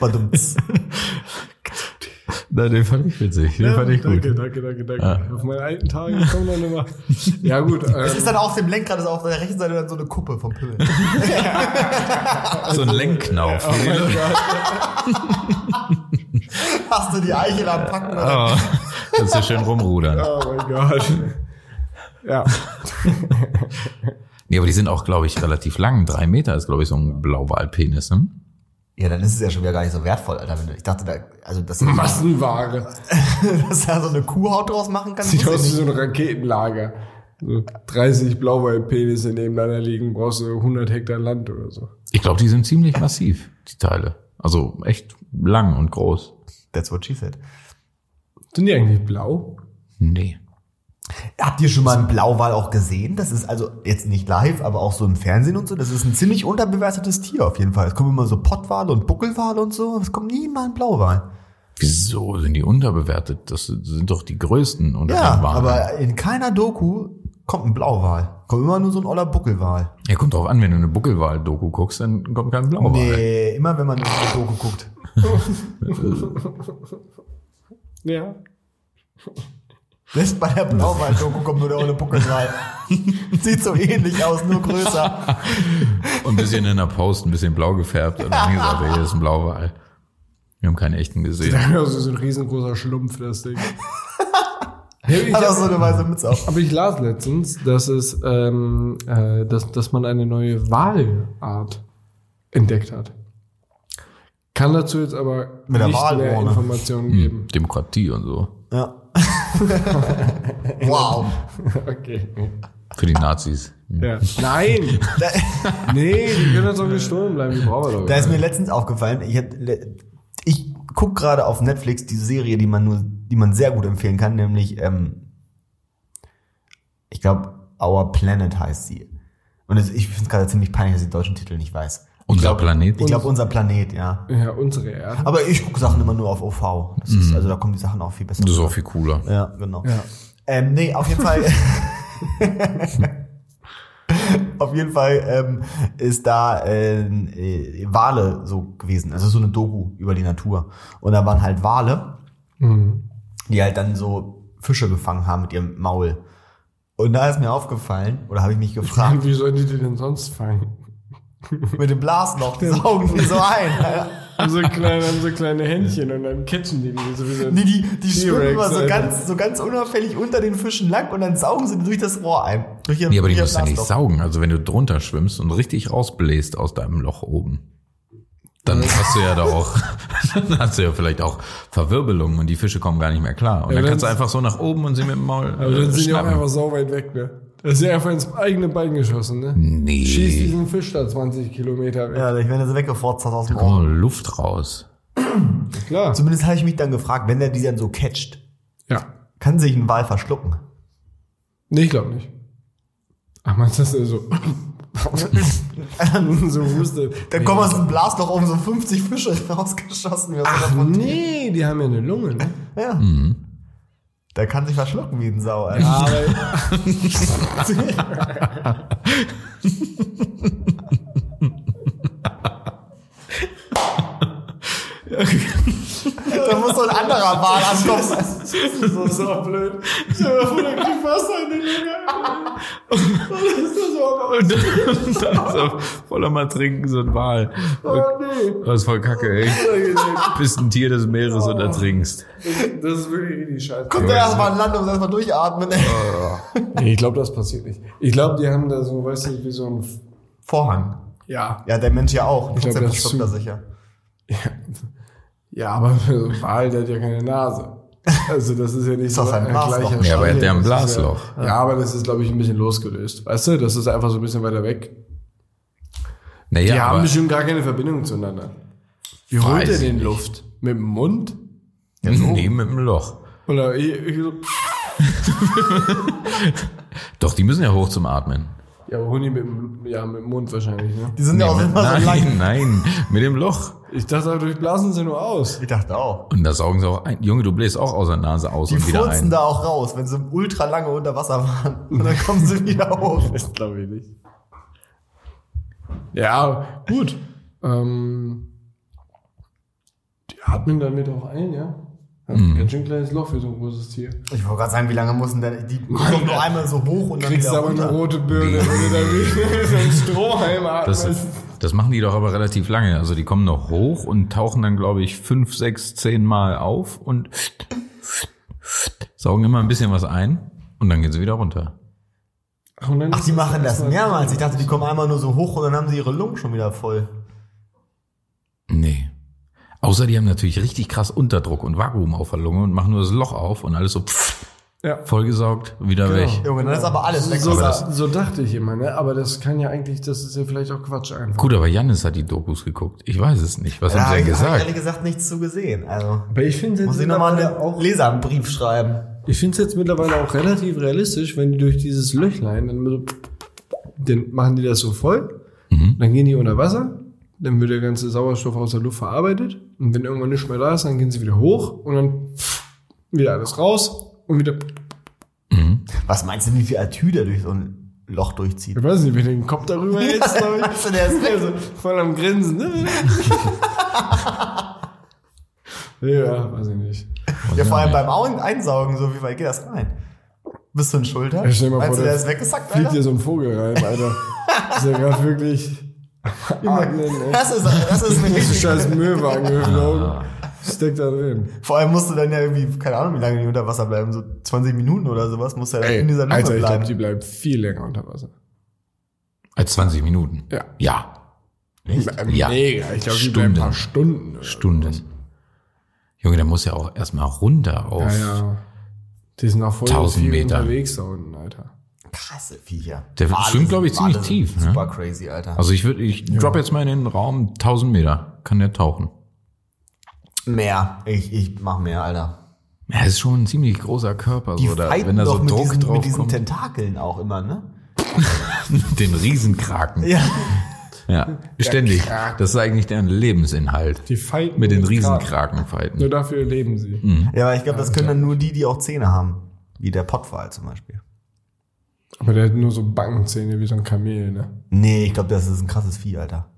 Badumts.
Na, den fand ich witzig. Den fand ich gut.
Danke, danke, danke, danke. Auf meine alten Tage kommen dann
*laughs*
immer. Ja, gut.
Es ist
Ähm,
dann auf dem Lenkrad, ist auf der rechten Seite dann so eine Kuppe vom Pimmel. *laughs*
So ein Lenkknauf.
Hast du die Eichel am Packen? oder?
Ah.
Oh, kannst du schön rumrudern.
oh mein Gott.
*laughs*
Ja.
Nee, aber die sind auch, glaube ich, relativ lang. Drei Meter ist, glaube ich, so ein Blauwalpenis. Ne?
Ja, dann ist es ja schon wieder gar nicht so wertvoll, Alter. wenn du- Ich dachte, da, also, dass,
Massenware.
*laughs* dass da so eine Kuhhaut draus machen kann,
Sieht aus wie
wusste ich
so ein Raketenlager. So 30 Blauwalpenisse nebeneinander liegen, brauchst du 100 Hektar Land oder so.
Ich glaube, die sind ziemlich massiv, die Teile. Also echt lang und groß.
nicht. That's what she said.
Sind die eigentlich blau?
Nee.
Habt ihr schon mal einen Blauwal auch gesehen? Das ist also jetzt nicht live, aber auch so im Fernsehen und so. Das ist ein ziemlich unterbewertetes Tier auf jeden Fall. Es kommen immer so Pottwale und Buckelwale und so. Es kommt nie mal ein Blauwal.
Wieso sind die unterbewertet? Das sind doch die größten unter
Ja,
den Walen.
aber in keiner Doku kommt ein Blauwal. Kommt immer nur so ein oller Buckelwal.
ja, kommt drauf an, wenn du eine Buckelwal-Doku guckst, dann kommt kein Blauwal.
Nee, immer wenn man in eine Doku guckt.
*laughs* Ja.
Selbst bei der Blauwald-Doku kommt nur der olle *laughs* Buckelwal. Sieht so ähnlich aus, nur größer.
Und ein bisschen in der Post, ein bisschen blau gefärbt. Und dann gesagt, hier ist ein Blauwal. Wir haben keinen
*laughs*
echten gesehen.
Also so ein riesengroßer Schlumpf, das *laughs* Ding. Ja, ich
Hat auch so eine weiße Mütze auf.
Aber ich las letztens, dass es, ähm, äh, dass, dass man eine neue Walart entdeckt hat. Kann dazu jetzt aber
Mit der Hm.
nicht mehr
Walrohre.
Informationen geben.
Hm, Demokratie und so.
Ja. *laughs* wow.
Okay.
Für die Nazis. Hm.
Ja. Nein! *laughs* nee, die können jetzt auch gestohlen bleiben, die brauchen wir doch.
Da ist
gar
mir letztens aufgefallen, ich, hab le- ich guck gerade auf Netflix die Serie, die man nur, die man sehr gut empfehlen kann, nämlich, ähm, ich glaube, Our Planet heißt sie. Und es, ich finde es gerade ziemlich peinlich, dass ich den deutschen Titel nicht weiß.
Unser Planet.
Ich glaube, unser Planet, ja.
nicht. ja, unsere Erde.
Aber ich gucke Sachen immer nur auf OV. Das ist, also da kommen die Sachen auch viel besser.
Das ist auch viel cooler.
Ja, genau.
Ja.
Ähm, nee, auf jeden Fall. auf jeden Fall ähm, ist da äh, äh, Wale so gewesen. Also so eine Doku über die Natur. Und da waren halt Wale,
Mhm.
die halt dann so Fische gefangen haben mit ihrem Maul. Und da ist mir aufgefallen, oder habe ich mich gefragt,
*laughs* Wie sollen die die denn sonst fangen?
mit dem Blasloch, die saugen die so ein.
Haben so kleine, haben so kleine Händchen und dann catchen die die sowieso.
Die, die, die schwimmen
T-Rex,
immer so
Alter.
ganz, so ganz unauffällig unter den Fischen lang und dann saugen sie durch das Rohr ein. Durch ihr,
Nee, aber die
durch ihr
musst du ja nicht
Blasloch.
saugen. Also wenn du drunter schwimmst und richtig rausbläst aus deinem Loch oben, dann hast du ja da auch, *laughs* dann hast du ja vielleicht auch Verwirbelungen und die Fische kommen gar nicht mehr klar. Und
Ja,
dann
dann
kannst du
ist-
einfach so nach oben und sie mit dem Maul
Aber
äh,
dann sind die auch
schnappen.
einfach so weit weg, ne? Da ist ja einfach ins eigene Bein geschossen, ne?
Nee.
Schießt diesen Fisch da 20 Kilometer weg.
Ja, ich werde so weggefurzt aus dem
Oh,
Ohr.
Luft raus.
Klar.
Zumindest habe ich mich dann gefragt, wenn der die dann so catcht,
Ja.
kann sich ein Wal verschlucken? *laughs*
Nee, ich glaube nicht. Ach, meinst du, dass er so *laughs* so wusste.
Dann kommen aus dem Blasloch oben so 50 Fische *laughs* rausgeschossen. Wir sind
Ach
davon-
nee, die haben ja eine Lunge. Ne?
Ja. Der kann sich verschlucken wie ein Sau. Alter. *laughs* da muss so ein anderer Wal ankommen.
Das ist auch blöd. Ich habe mir vor, der kriegt Wasser in die Lunge. Das ist das auch
*laughs* Und *laughs* dann ist er voll am Ertrinken, so ein Wal.
Oh nee.
Das ist voll kacke, ey. Du bist ein Tier des Meeres und ertrinkst.
Das ist wirklich richtig scheiße.
Kommt da erstmal an Land um und erstmal durchatmen. Ey.
*laughs*
Ich glaube, das passiert nicht. Ich glaube, die haben da so, weißt du, wie so ein.
Vorhang.
Ja.
Ja, der Mensch ja auch.
Ich glaub,
Trotzdem
das
verschluckt er
ist
sich ja.
Ja, aber *laughs* so ein Wal, der hat ja keine Nase. Also, das ist ja nicht
Ist doch sein Blasloch.
gleicher
Ja, aber er hat ja ein
Stand. Das ist
Blasloch.
Ja, ja, aber das ist, glaube ich, ein bisschen losgelöst. Weißt du, das ist einfach so ein bisschen weiter weg. Die
Naja,
haben
aber,
bestimmt gar keine Verbindung zueinander. Wie holt
Weiß
er den
ich
Luft? Mit dem Mund?
*laughs* nee, mit dem Loch.
Oder ich, ich so,
Doch, die müssen ja hoch zum Atmen.
ja, aber Huni mit, dem- ja, mit dem Mund wahrscheinlich, ne?
Die sind ja auch
mit,
immer
nein,
so
*laughs*
lang.
nein, mit dem Loch.
Ich dachte, dadurch blasen sie nur aus.
Ich dachte auch.
Und da saugen sie auch ein. Junge, du bläst auch aus der Nase aus
Die
und wieder
furzen
ein.
da auch raus, wenn sie ultra lange unter Wasser waren. Und dann kommen sie wieder
*laughs*
hoch.
Das glaube ich nicht. Ja, gut. Ähm, die atmen damit auch ein, ja? Hat
Mhm.
Ganz schön kleines Loch für so ein großes Tier.
Ich wollte gerade sagen, wie lange muss denn der, die kommen nur einmal so hoch und dann
Kriegst
wieder
aber eine
runter.
rote Birne, *laughs* wenn du da wirklich so einen Strohhalm
Das,
atmest.
das machen die doch aber relativ lange. Also die kommen noch hoch und tauchen dann, glaube ich, fünf, sechs, zehn Mal auf und saugen immer ein bisschen was ein und dann gehen sie wieder runter.
Und dann
Ach,
ist
die machen das
erstmal-
mehrmals. Ich dachte, die kommen einmal nur so hoch und dann haben sie ihre Lungen schon wieder voll.
Nee. Außer die haben natürlich richtig krass Unterdruck und Vakuum auf der Lunge und machen nur das Loch auf und alles so
Ja.
vollgesaugt, wieder
Genau.
weg.
Junge, dann ist aber alles weg.
So,
Aber
da,
das-
so dachte ich immer, ne? Aber das kann ja eigentlich, das ist ja vielleicht auch Quatsch einfach.
Gut, aber Janis hat die Dokus geguckt. Ich weiß es nicht. Was haben
da
sie
habe
denn
ich hab ich ehrlich
gesagt?
gesagt nichts zu gesehen. Also
Aber ich finde
muss ich nochmal einen Leserbrief schreiben.
Ich finde es jetzt mittlerweile auch relativ realistisch, wenn die durch dieses Löchlein, dann, so, dann machen die das so voll, dann gehen die unter Wasser, dann wird der ganze Sauerstoff aus der Luft verarbeitet und wenn irgendwann nichts mehr da ist, dann gehen sie wieder hoch und dann wieder alles raus und wieder,
Mhm.
Was meinst du, wie viel Atü der durch so ein Loch durchzieht?
ich weiß nicht, mit dem Kopf darüber jetzt, glaub ich,
Meinst du, der ist weg?
also voll am Grinsen. Ne? ja, weiß ich nicht.
Ja, vor allem beim Au- Einsaugen, so wie weit geht das rein? Bis zu den Schultern?
Ja, stell dir mal
Meinst du,
vor,
der
der
ist weggesackt,
Fliegt
Alter?
hier so ein Vogel rein, Alter. ist ja gerade wirklich am Atmen, ey.
Ah, Das ist, das
*laughs*
ist eine
Das ist
richtige-
scheiß Müllwagen geflogen. Steckt da drin.
Vor allem musst du dann ja irgendwie, keine Ahnung, wie lange die unter Wasser bleiben, so 20 Minuten oder sowas, musst du ja dann in dieser Lunge
Alter, ich glaube,
bleiben.
die bleiben viel länger unter Wasser.
Als 20 Äh, Minuten.
Ja.
Ja. Ja.
Ja. Äh, Mega. Ich glaube, die bleiben ein paar Stunden.
Stunden. Junge, der muss ja auch erstmal runter auf.
Ja, ja. Die sind auch voll
1000
viel
Meter.
unterwegs da unten, Alter.
Krasse Viecher.
Der
Wale
schwimmt, glaub ich,
sind- Wale
ziemlich
sind
tief, ne?
Super crazy, Alter.
Also ich würde, ich drop jetzt mal in den Raum 1000 Meter. Kann der tauchen.
mehr. Ich, ich mach mehr, Alter.
Ja, ist schon ein ziemlich großer Körper.
Die
So, da,
fighten
wenn da so
doch mit
Druck
diesen,
drauf
mit diesen
kommt.
Tentakeln auch immer, ne?
Den Riesenkraken.
Ja.
Ja. Ständig. Das ist eigentlich deren Lebensinhalt.
Die fighten
Mit den
Kraken.
Riesenkraken
Nur
fighten.
dafür leben sie.
Ja, aber ich glaube, das können dann nur die, die auch Zähne haben. Wie der Pottwal zum Beispiel.
Aber der hat nur so Backenzähne wie so ein Kamel, ne?
Nee, ich glaube, das ist ein krasses Vieh, Alter.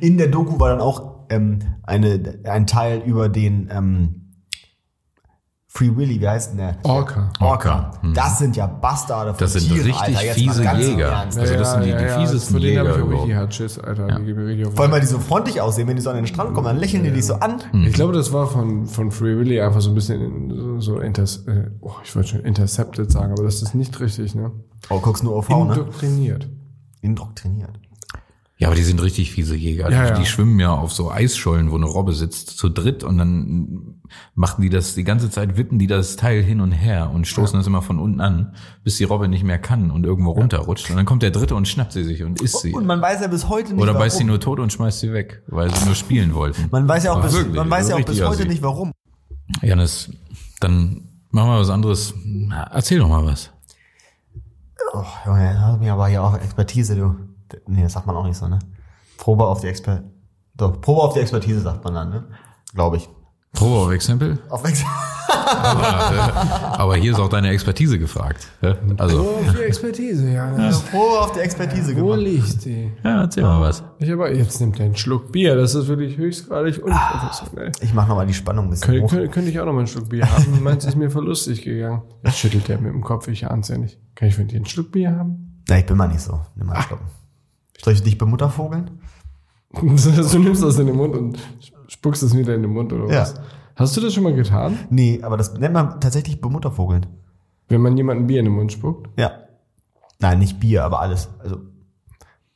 In der Doku war dann auch ähm, eine, ein Teil über den ähm, Free Willy, wie heißt denn der?
Orca.
Orca. Das sind ja Bastarde von
Hm. Das sind
Tieren,
richtig
Alter. Jetzt mal
fiese
ganz im
Jäger.
Ernst.
Also das sind die, die fiesesten
Von denen habe
Jäger
ich auch
überhaupt.
richtig hart Schiss, Alter. Die gehen mir richtig auf den
Vor allem, weil die so freundlich aussehen, wenn die so an den Strand kommen, dann lächeln die dich so an.
Hm.
Ich glaube, das war von, von Free Willy einfach so ein bisschen so, so inters, äh, oh, ich wollte schon intercepted sagen, aber das ist nicht richtig, ne?
Oh, guckst nur OV, ne?
Indoktriniert.
Indoktriniert.
Ja, aber die sind richtig fiese Jäger. Also
Ja,
die,
ja.
die schwimmen ja auf so Eisschollen, wo eine Robbe sitzt, zu dritt und dann machen die das die ganze Zeit, wippen die das Teil hin und her und stoßen das immer von unten an, bis die Robbe nicht mehr kann und irgendwo runterrutscht. Und dann kommt der dritte und schnappt sie sich und isst sie.
Und man weiß ja bis heute nicht,
Oder beißt sie
warum.
nur tot und schmeißt sie weg, weil sie nur spielen wollten.
Man weiß ja auch
Aber
bis,
wirklich, also
man weiß ja auch
richtig
bis heute
assi.
nicht, warum.
Janis, dann machen wir was anderes. Na, Erzähl doch mal was.
Oh, Junge, das hat mir aber hier auch Expertise, du. nee, das sagt man auch nicht so, ne? Probe auf die Exper Doch, Probe auf die Expertise sagt man dann, ne? Glaube ich.
Probe auf Exempel.
Auf Ex *laughs*
Ah, *laughs* äh, Aber hier ist auch deine Expertise gefragt. ja? Also,
Oh, viel Expertise, ja.
Probe auf die Expertise genau.
Wo
gemacht.
liegt die?
ja, erzähl mal was.
Ich aber, jetzt nimmt er einen Schluck Bier. Das ist wirklich höchstgradig unprofessionell.
Ich mache nochmal die Spannung ein bisschen
Könnte,
hoch.
könnte, könnte ich auch noch mal einen Schluck Bier
*laughs*
haben? Meins ist mir verlustig gegangen. Jetzt schüttelt er mit dem Kopf, ich ahn's ja nicht. Kann ich von dir einen Schluck Bier haben? *laughs*
Na, ich bin mal nicht so. Nimm mal einen Schluck. Soll ich dich bemuttervogeln?
Du nimmst das in den Mund und spuckst es wieder in den Mund oder
Ja.
was? Hast du das schon mal getan?
Nee, aber das nennt man tatsächlich bemuttervogeln.
Wenn man jemandem Bier in den Mund spuckt?
Ja. Nein, nicht Bier, aber alles. Also,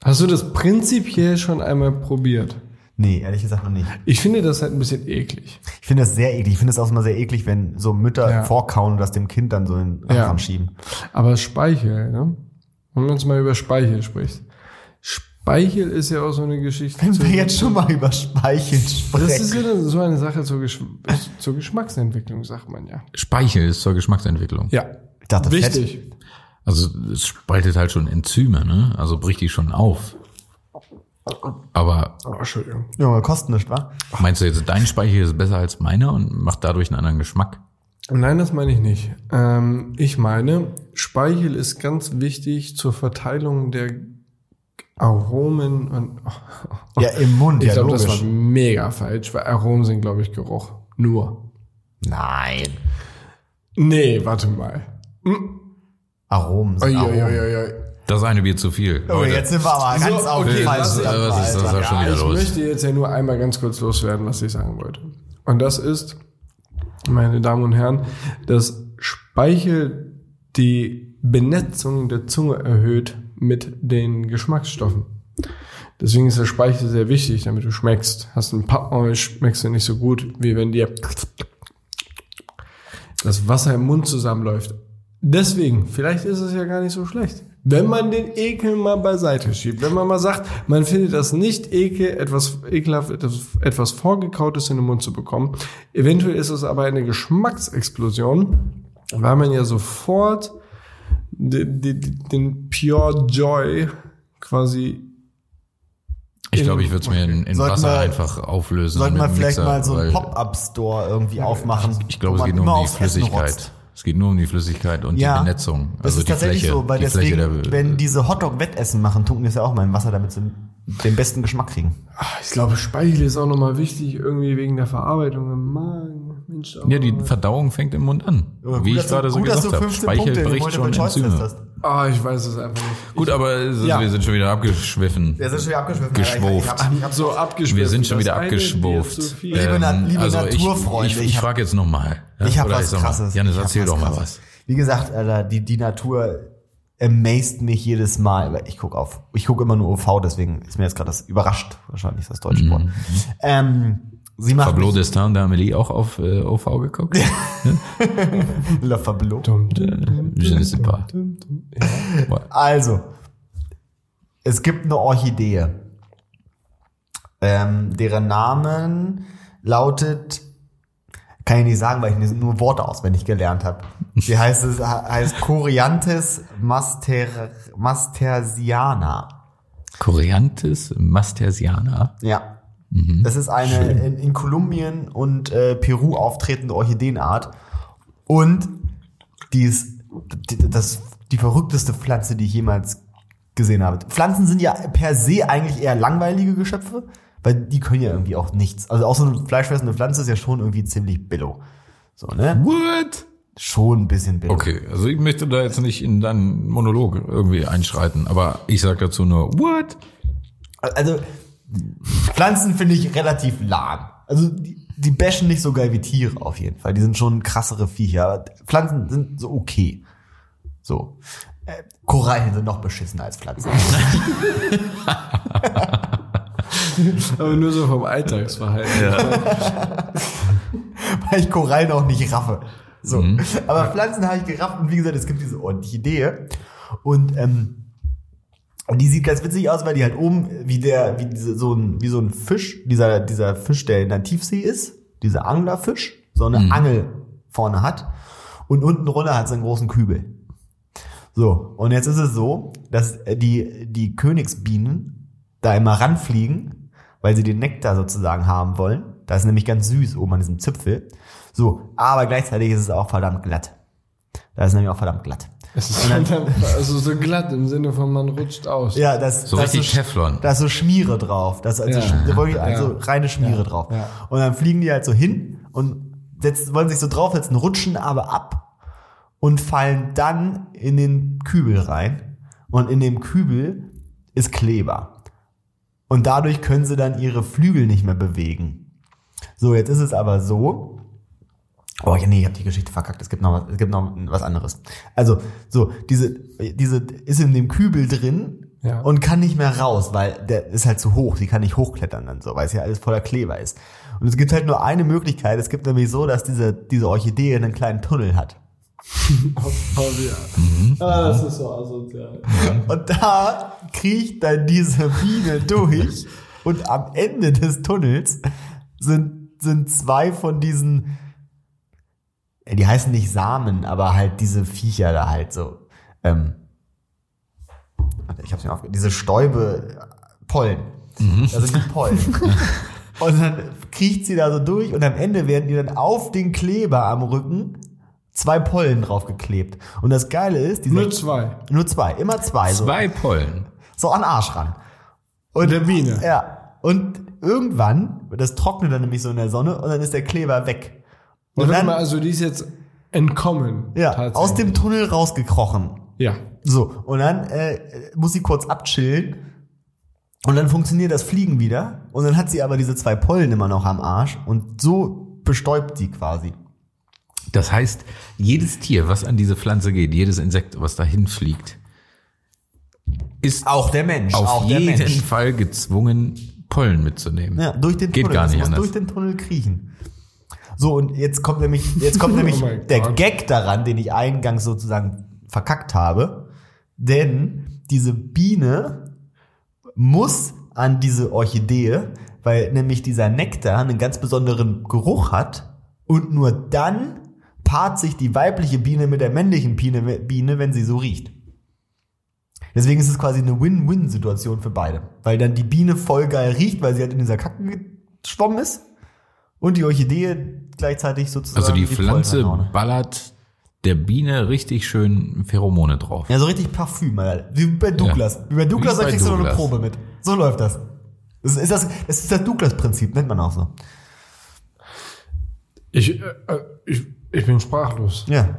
Hast du das prinzipiell schon einmal probiert?
nee, ehrlich gesagt noch nicht.
Ich finde das halt ein bisschen eklig.
Ich finde das sehr eklig. Ich finde das auch immer sehr eklig, wenn so Mütter
Ja.
vorkauen und das dem Kind dann so in den
Ja.
Rachen schieben.
Aber Speichel, ne? Wenn man uns mal über Speichel spricht. Speichel ist ja auch so eine Geschichte.
Wenn
zu-
wir jetzt schon mal über Speichel sprechen.
das ist ja so eine Sache zur, Gesch zur Geschmacksentwicklung, sagt man ja.
Speichel ist zur Geschmacksentwicklung.
Ja.
ich dachte, Fett.
Wichtig.
Also es spaltet halt schon Enzyme, ne? Also bricht die schon auf. Aber
Oh, Entschuldigung.
Junge, kostet nichts, wa?
meinst du jetzt, dein Speichel ist besser als meiner und macht dadurch einen anderen Geschmack?
Nein, das meine ich nicht. Ähm, ich meine, Speichel ist ganz wichtig zur Verteilung der Aromen und. Oh,
Ja, im Mund,
ich
ja,
glaube, das
logisch.
war mega falsch, weil Aromen sind, glaube ich, Geruch. Nur.
Nein.
Nee, warte mal.
Aromen sind Aromen.
Uiuiuiui.
Das eine Bier zu viel. Äh,
Junge, Oh, jetzt sind wir aber ganz
So,
auf
okay,
die falsche
lass-
Seite,
was ist das?
Alter.
schon
Ja,
wieder
ich
los.
möchte jetzt ja nur einmal ganz kurz loswerden, was ich sagen wollte. Und das ist, meine Damen und Herren, dass Speichel die Benetzung der Zunge erhöht mit den Geschmacksstoffen. Deswegen ist der Speichel sehr wichtig, damit du schmeckst. Hast ein oh, Pappmaul, schmeckst du nicht so gut, wie wenn dir das Wasser im Mund zusammenläuft. Deswegen, vielleicht ist es ja gar nicht so schlecht. Wenn man den Ekel mal beiseite schiebt, wenn man mal sagt, man findet das nicht ekel, etwas ekelhaft, etwas, etwas vorgekautes in den Mund zu bekommen. Eventuell ist es aber eine Geschmacksexplosion, weil man ja sofort den, den, den Pure Joy quasi
Ich glaube, ich würde es mir in, in
Sollten
Wasser
wir-
einfach auflösen.
Sollten
mit
wir
dem
vielleicht
Mixer,
mal so einen
weil
Pop-Up-Store irgendwie aufmachen?
Ich
wo
glaube, es
man
geht nur
immer
um die
aufs Essen
Flüssigkeit.
rotzt?
Es geht nur um die Flüssigkeit und die Benetzung.
das
also
ist
die
tatsächlich
Fläche,
so, weil
die
deswegen,
Fläche der, äh,
wenn diese Hotdog-Wettessen machen, tunken das ja auch mal in Wasser, damit sie den besten Geschmack kriegen.
Ah, Ich glaube, Speichel ist auch nochmal wichtig, irgendwie wegen der Verarbeitung im Magen. Mensch, aber-
ja, die Verdauung fängt im Mund an.
Gut,
wie ich
dass du-
gerade so
gut, dass
gesagt
du
habe.
15
Speichel
Punkte in den
bricht schon
Multiple-Choice-Test
Enzyme.
hast.
Ah, ich weiß es einfach nicht.
Gut, aber es ist-
Ja.
wir sind schon wieder abgeschwiffen.
Wir sind schon wieder abgeschwiffen.
Geschwurft.
Alter. Ich hab- ich hab so
abgeschwuft.
Wir sind schon wieder abgeschwurft. Äh, Ähm, also
Liebe Na- liebe Naturfreunde,
Ich, ich,
ich
ich
hab-
frage jetzt nochmal.
Ich habe was Krasses.
Janis,
Ich hab
erzähl doch mal
Krasses.
was.
Wie gesagt, Alter, die, die Natur amazed mich jedes Mal. Aber Ich gucke auf. Ich gucke immer nur UV, deswegen ist mir jetzt gerade das überrascht. Wahrscheinlich das deutsche
Mhm,
Wort. Ähm, sie macht *laughs*
Pablo Destin und Amelie auch auf äh, OV geguckt?
La Fablo.
Je ne sais pas.
Also, es gibt eine Orchidee, ähm, deren Namen lautet, kann ich nicht sagen, weil ich nur Worte auswendig gelernt habe. Sie heißt es heißt Coriantes master, mastersiana.
Coriantes Mastersiana.
Ja. Das ist eine in, in Kolumbien und äh, Peru auftretende Orchideenart. Und die ist die, das, die verrückteste Pflanze, die ich jemals gesehen habe. Pflanzen sind ja per se eigentlich eher langweilige Geschöpfe, weil die können ja irgendwie auch nichts. Also auch so eine fleischfressende Pflanze ist ja schon irgendwie ziemlich billow. So, ne?
What?
Schon ein bisschen billow.
Okay, also ich möchte da jetzt nicht in deinen Monolog irgendwie einschreiten, aber ich sag dazu nur, what?
Also, Pflanzen finde ich relativ lahm. Also, die, die bashen nicht so geil wie Tiere auf jeden Fall. Die sind schon krassere Viecher. Aber Pflanzen sind so okay. So. Äh, Korallen sind noch beschissener als Pflanzen.
Aber nur so vom Alltagsverhalten.
*laughs* weil ich Korallen auch nicht raffe. So. Aber Pflanzen habe ich gerafft und wie gesagt, es gibt diese ordentliche Idee. Und ähm, die sieht ganz witzig aus, weil die halt oben wie der, wie diese, so ein, wie so ein Fisch, dieser, dieser Fisch, der in der Tiefsee ist, dieser Anglerfisch, so eine Angel vorne hat. Und unten drunter hat sie einen großen Kübel. So, und jetzt ist es so, dass äh, die, die Königsbienen da immer ranfliegen, weil sie den Nektar sozusagen haben wollen. Das ist nämlich ganz süß oben an diesem Zipfel. So, aber gleichzeitig ist es auch verdammt glatt. Da ist nämlich auch verdammt glatt.
Es ist verdammt, *laughs* also so glatt im Sinne von man rutscht aus.
Ja, das,
So
das
richtig
so,
Teflon.
Da ist so Schmiere drauf. Das ist also,
Ja.
sch- wirklich, also
Ja.
reine Schmiere
Ja.
drauf.
Ja.
Und dann fliegen die halt so hin und setzen, wollen sich so draufsetzen, rutschen aber ab und fallen dann in den Kübel rein. Und in dem Kübel ist Kleber. Und dadurch können sie dann ihre Flügel nicht mehr bewegen. So, jetzt ist es aber so, Oh ja, nee, ich habe die Geschichte verkackt. Es gibt noch was, es gibt noch was anderes. Also, so, diese, diese ist in dem Kübel drin
Ja.
und kann nicht mehr raus, weil der ist halt zu hoch. Sie kann nicht hochklettern dann so, weil es ja alles voller Kleber ist. Und es gibt halt nur eine Möglichkeit. Es gibt nämlich so, dass diese, diese Orchidee einen kleinen Tunnel hat.
Ah, das ist so asozial.
Und da kriecht dann diese Biene durch. Und am Ende des Tunnels sind, sind zwei von diesen, äh, die heißen nicht Samen, aber halt diese Viecher da halt so. Ähm, warte, ich hab's mir aufgeschrieben. Diese Stäube, äh, Pollen. Das sind die Pollen. und dann kriecht sie da so durch und am Ende werden die dann auf den Kleber am Rücken zwei Pollen draufgeklebt. Und das Geile ist, diese
Nur zwei.
nur zwei, immer zwei. So,
Zwei Pollen.
so an den Arsch ran.
Und der Biene.
Ja. Und irgendwann, das trocknet dann nämlich so in der Sonne und dann ist der Kleber weg.
Und
Und
dann, mal,
dann,
also die ist jetzt entkommen.
ja,
tatsächlich.
aus dem Tunnel rausgekrochen.
Ja.
So, und dann äh, muss sie kurz abchillen. Und dann funktioniert das Fliegen wieder. Und dann hat sie aber diese zwei Pollen immer noch am Arsch. Und so bestäubt sie quasi.
Das heißt, jedes Tier, was an diese Pflanze geht, jedes Insekt, was dahin fliegt, ist
Auch der Mensch.
auf
auch
jeden
der Mensch.
Fall gezwungen, Pollen mitzunehmen.
Ja, durch den
Geht
Tunnel.
gar
Es
nicht
muss
anders.
durch den Tunnel kriechen. So, und jetzt kommt nämlich, jetzt
*laughs*
kommt nämlich
Oh mein
der
Gott.
Gag daran, den ich eingangs sozusagen verkackt habe. Denn diese Biene muss an diese Orchidee, weil nämlich dieser Nektar einen ganz besonderen Geruch hat und nur dann paart sich die weibliche Biene mit der männlichen Biene, Biene wenn sie so riecht. Deswegen ist es quasi eine Win-Win-Situation für beide. Weil dann die Biene voll geil riecht, weil sie halt in dieser Kacken geschwommen ist. Und die Orchidee gleichzeitig sozusagen.
Also die
Pollen ne?
Pflanze
reinhaut.
ballert der Biene richtig schön Pheromone drauf.
Ja, so richtig Parfüm, Alter. Wie bei Douglas. Wie bei Douglas,
Wie
da
bei
kriegst du noch eine
Douglas.
Probe mit. So läuft das. Das ist das, das, ist das Douglas-Prinzip, nennt man auch so.
Ich, äh, äh, ich, ich bin sprachlos.
Ja.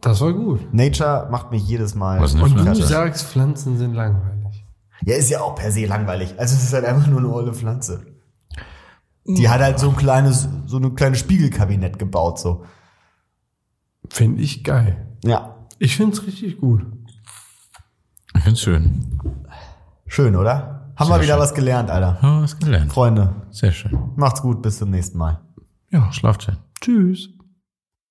Das war gut.
Nature macht mich jedes Mal.
Was ist eine
Und du
Pflanze?
sagst, Pflanzen sind langweilig.
Ja, ist ja auch per se langweilig. Also es ist halt einfach nur eine olle Pflanze. Die hat halt so ein kleines, so ein kleines Spiegelkabinett gebaut, so.
Finde ich geil.
Ja.
Ich finde es richtig gut.
Ich find's schön.
Schön, oder? Haben wir wieder was gelernt, Alter.
Ja, was gelernt.
Freunde,
Sehr schön.
macht's gut, bis zum nächsten Mal.
Ja, schlaft schön.
Tschüss.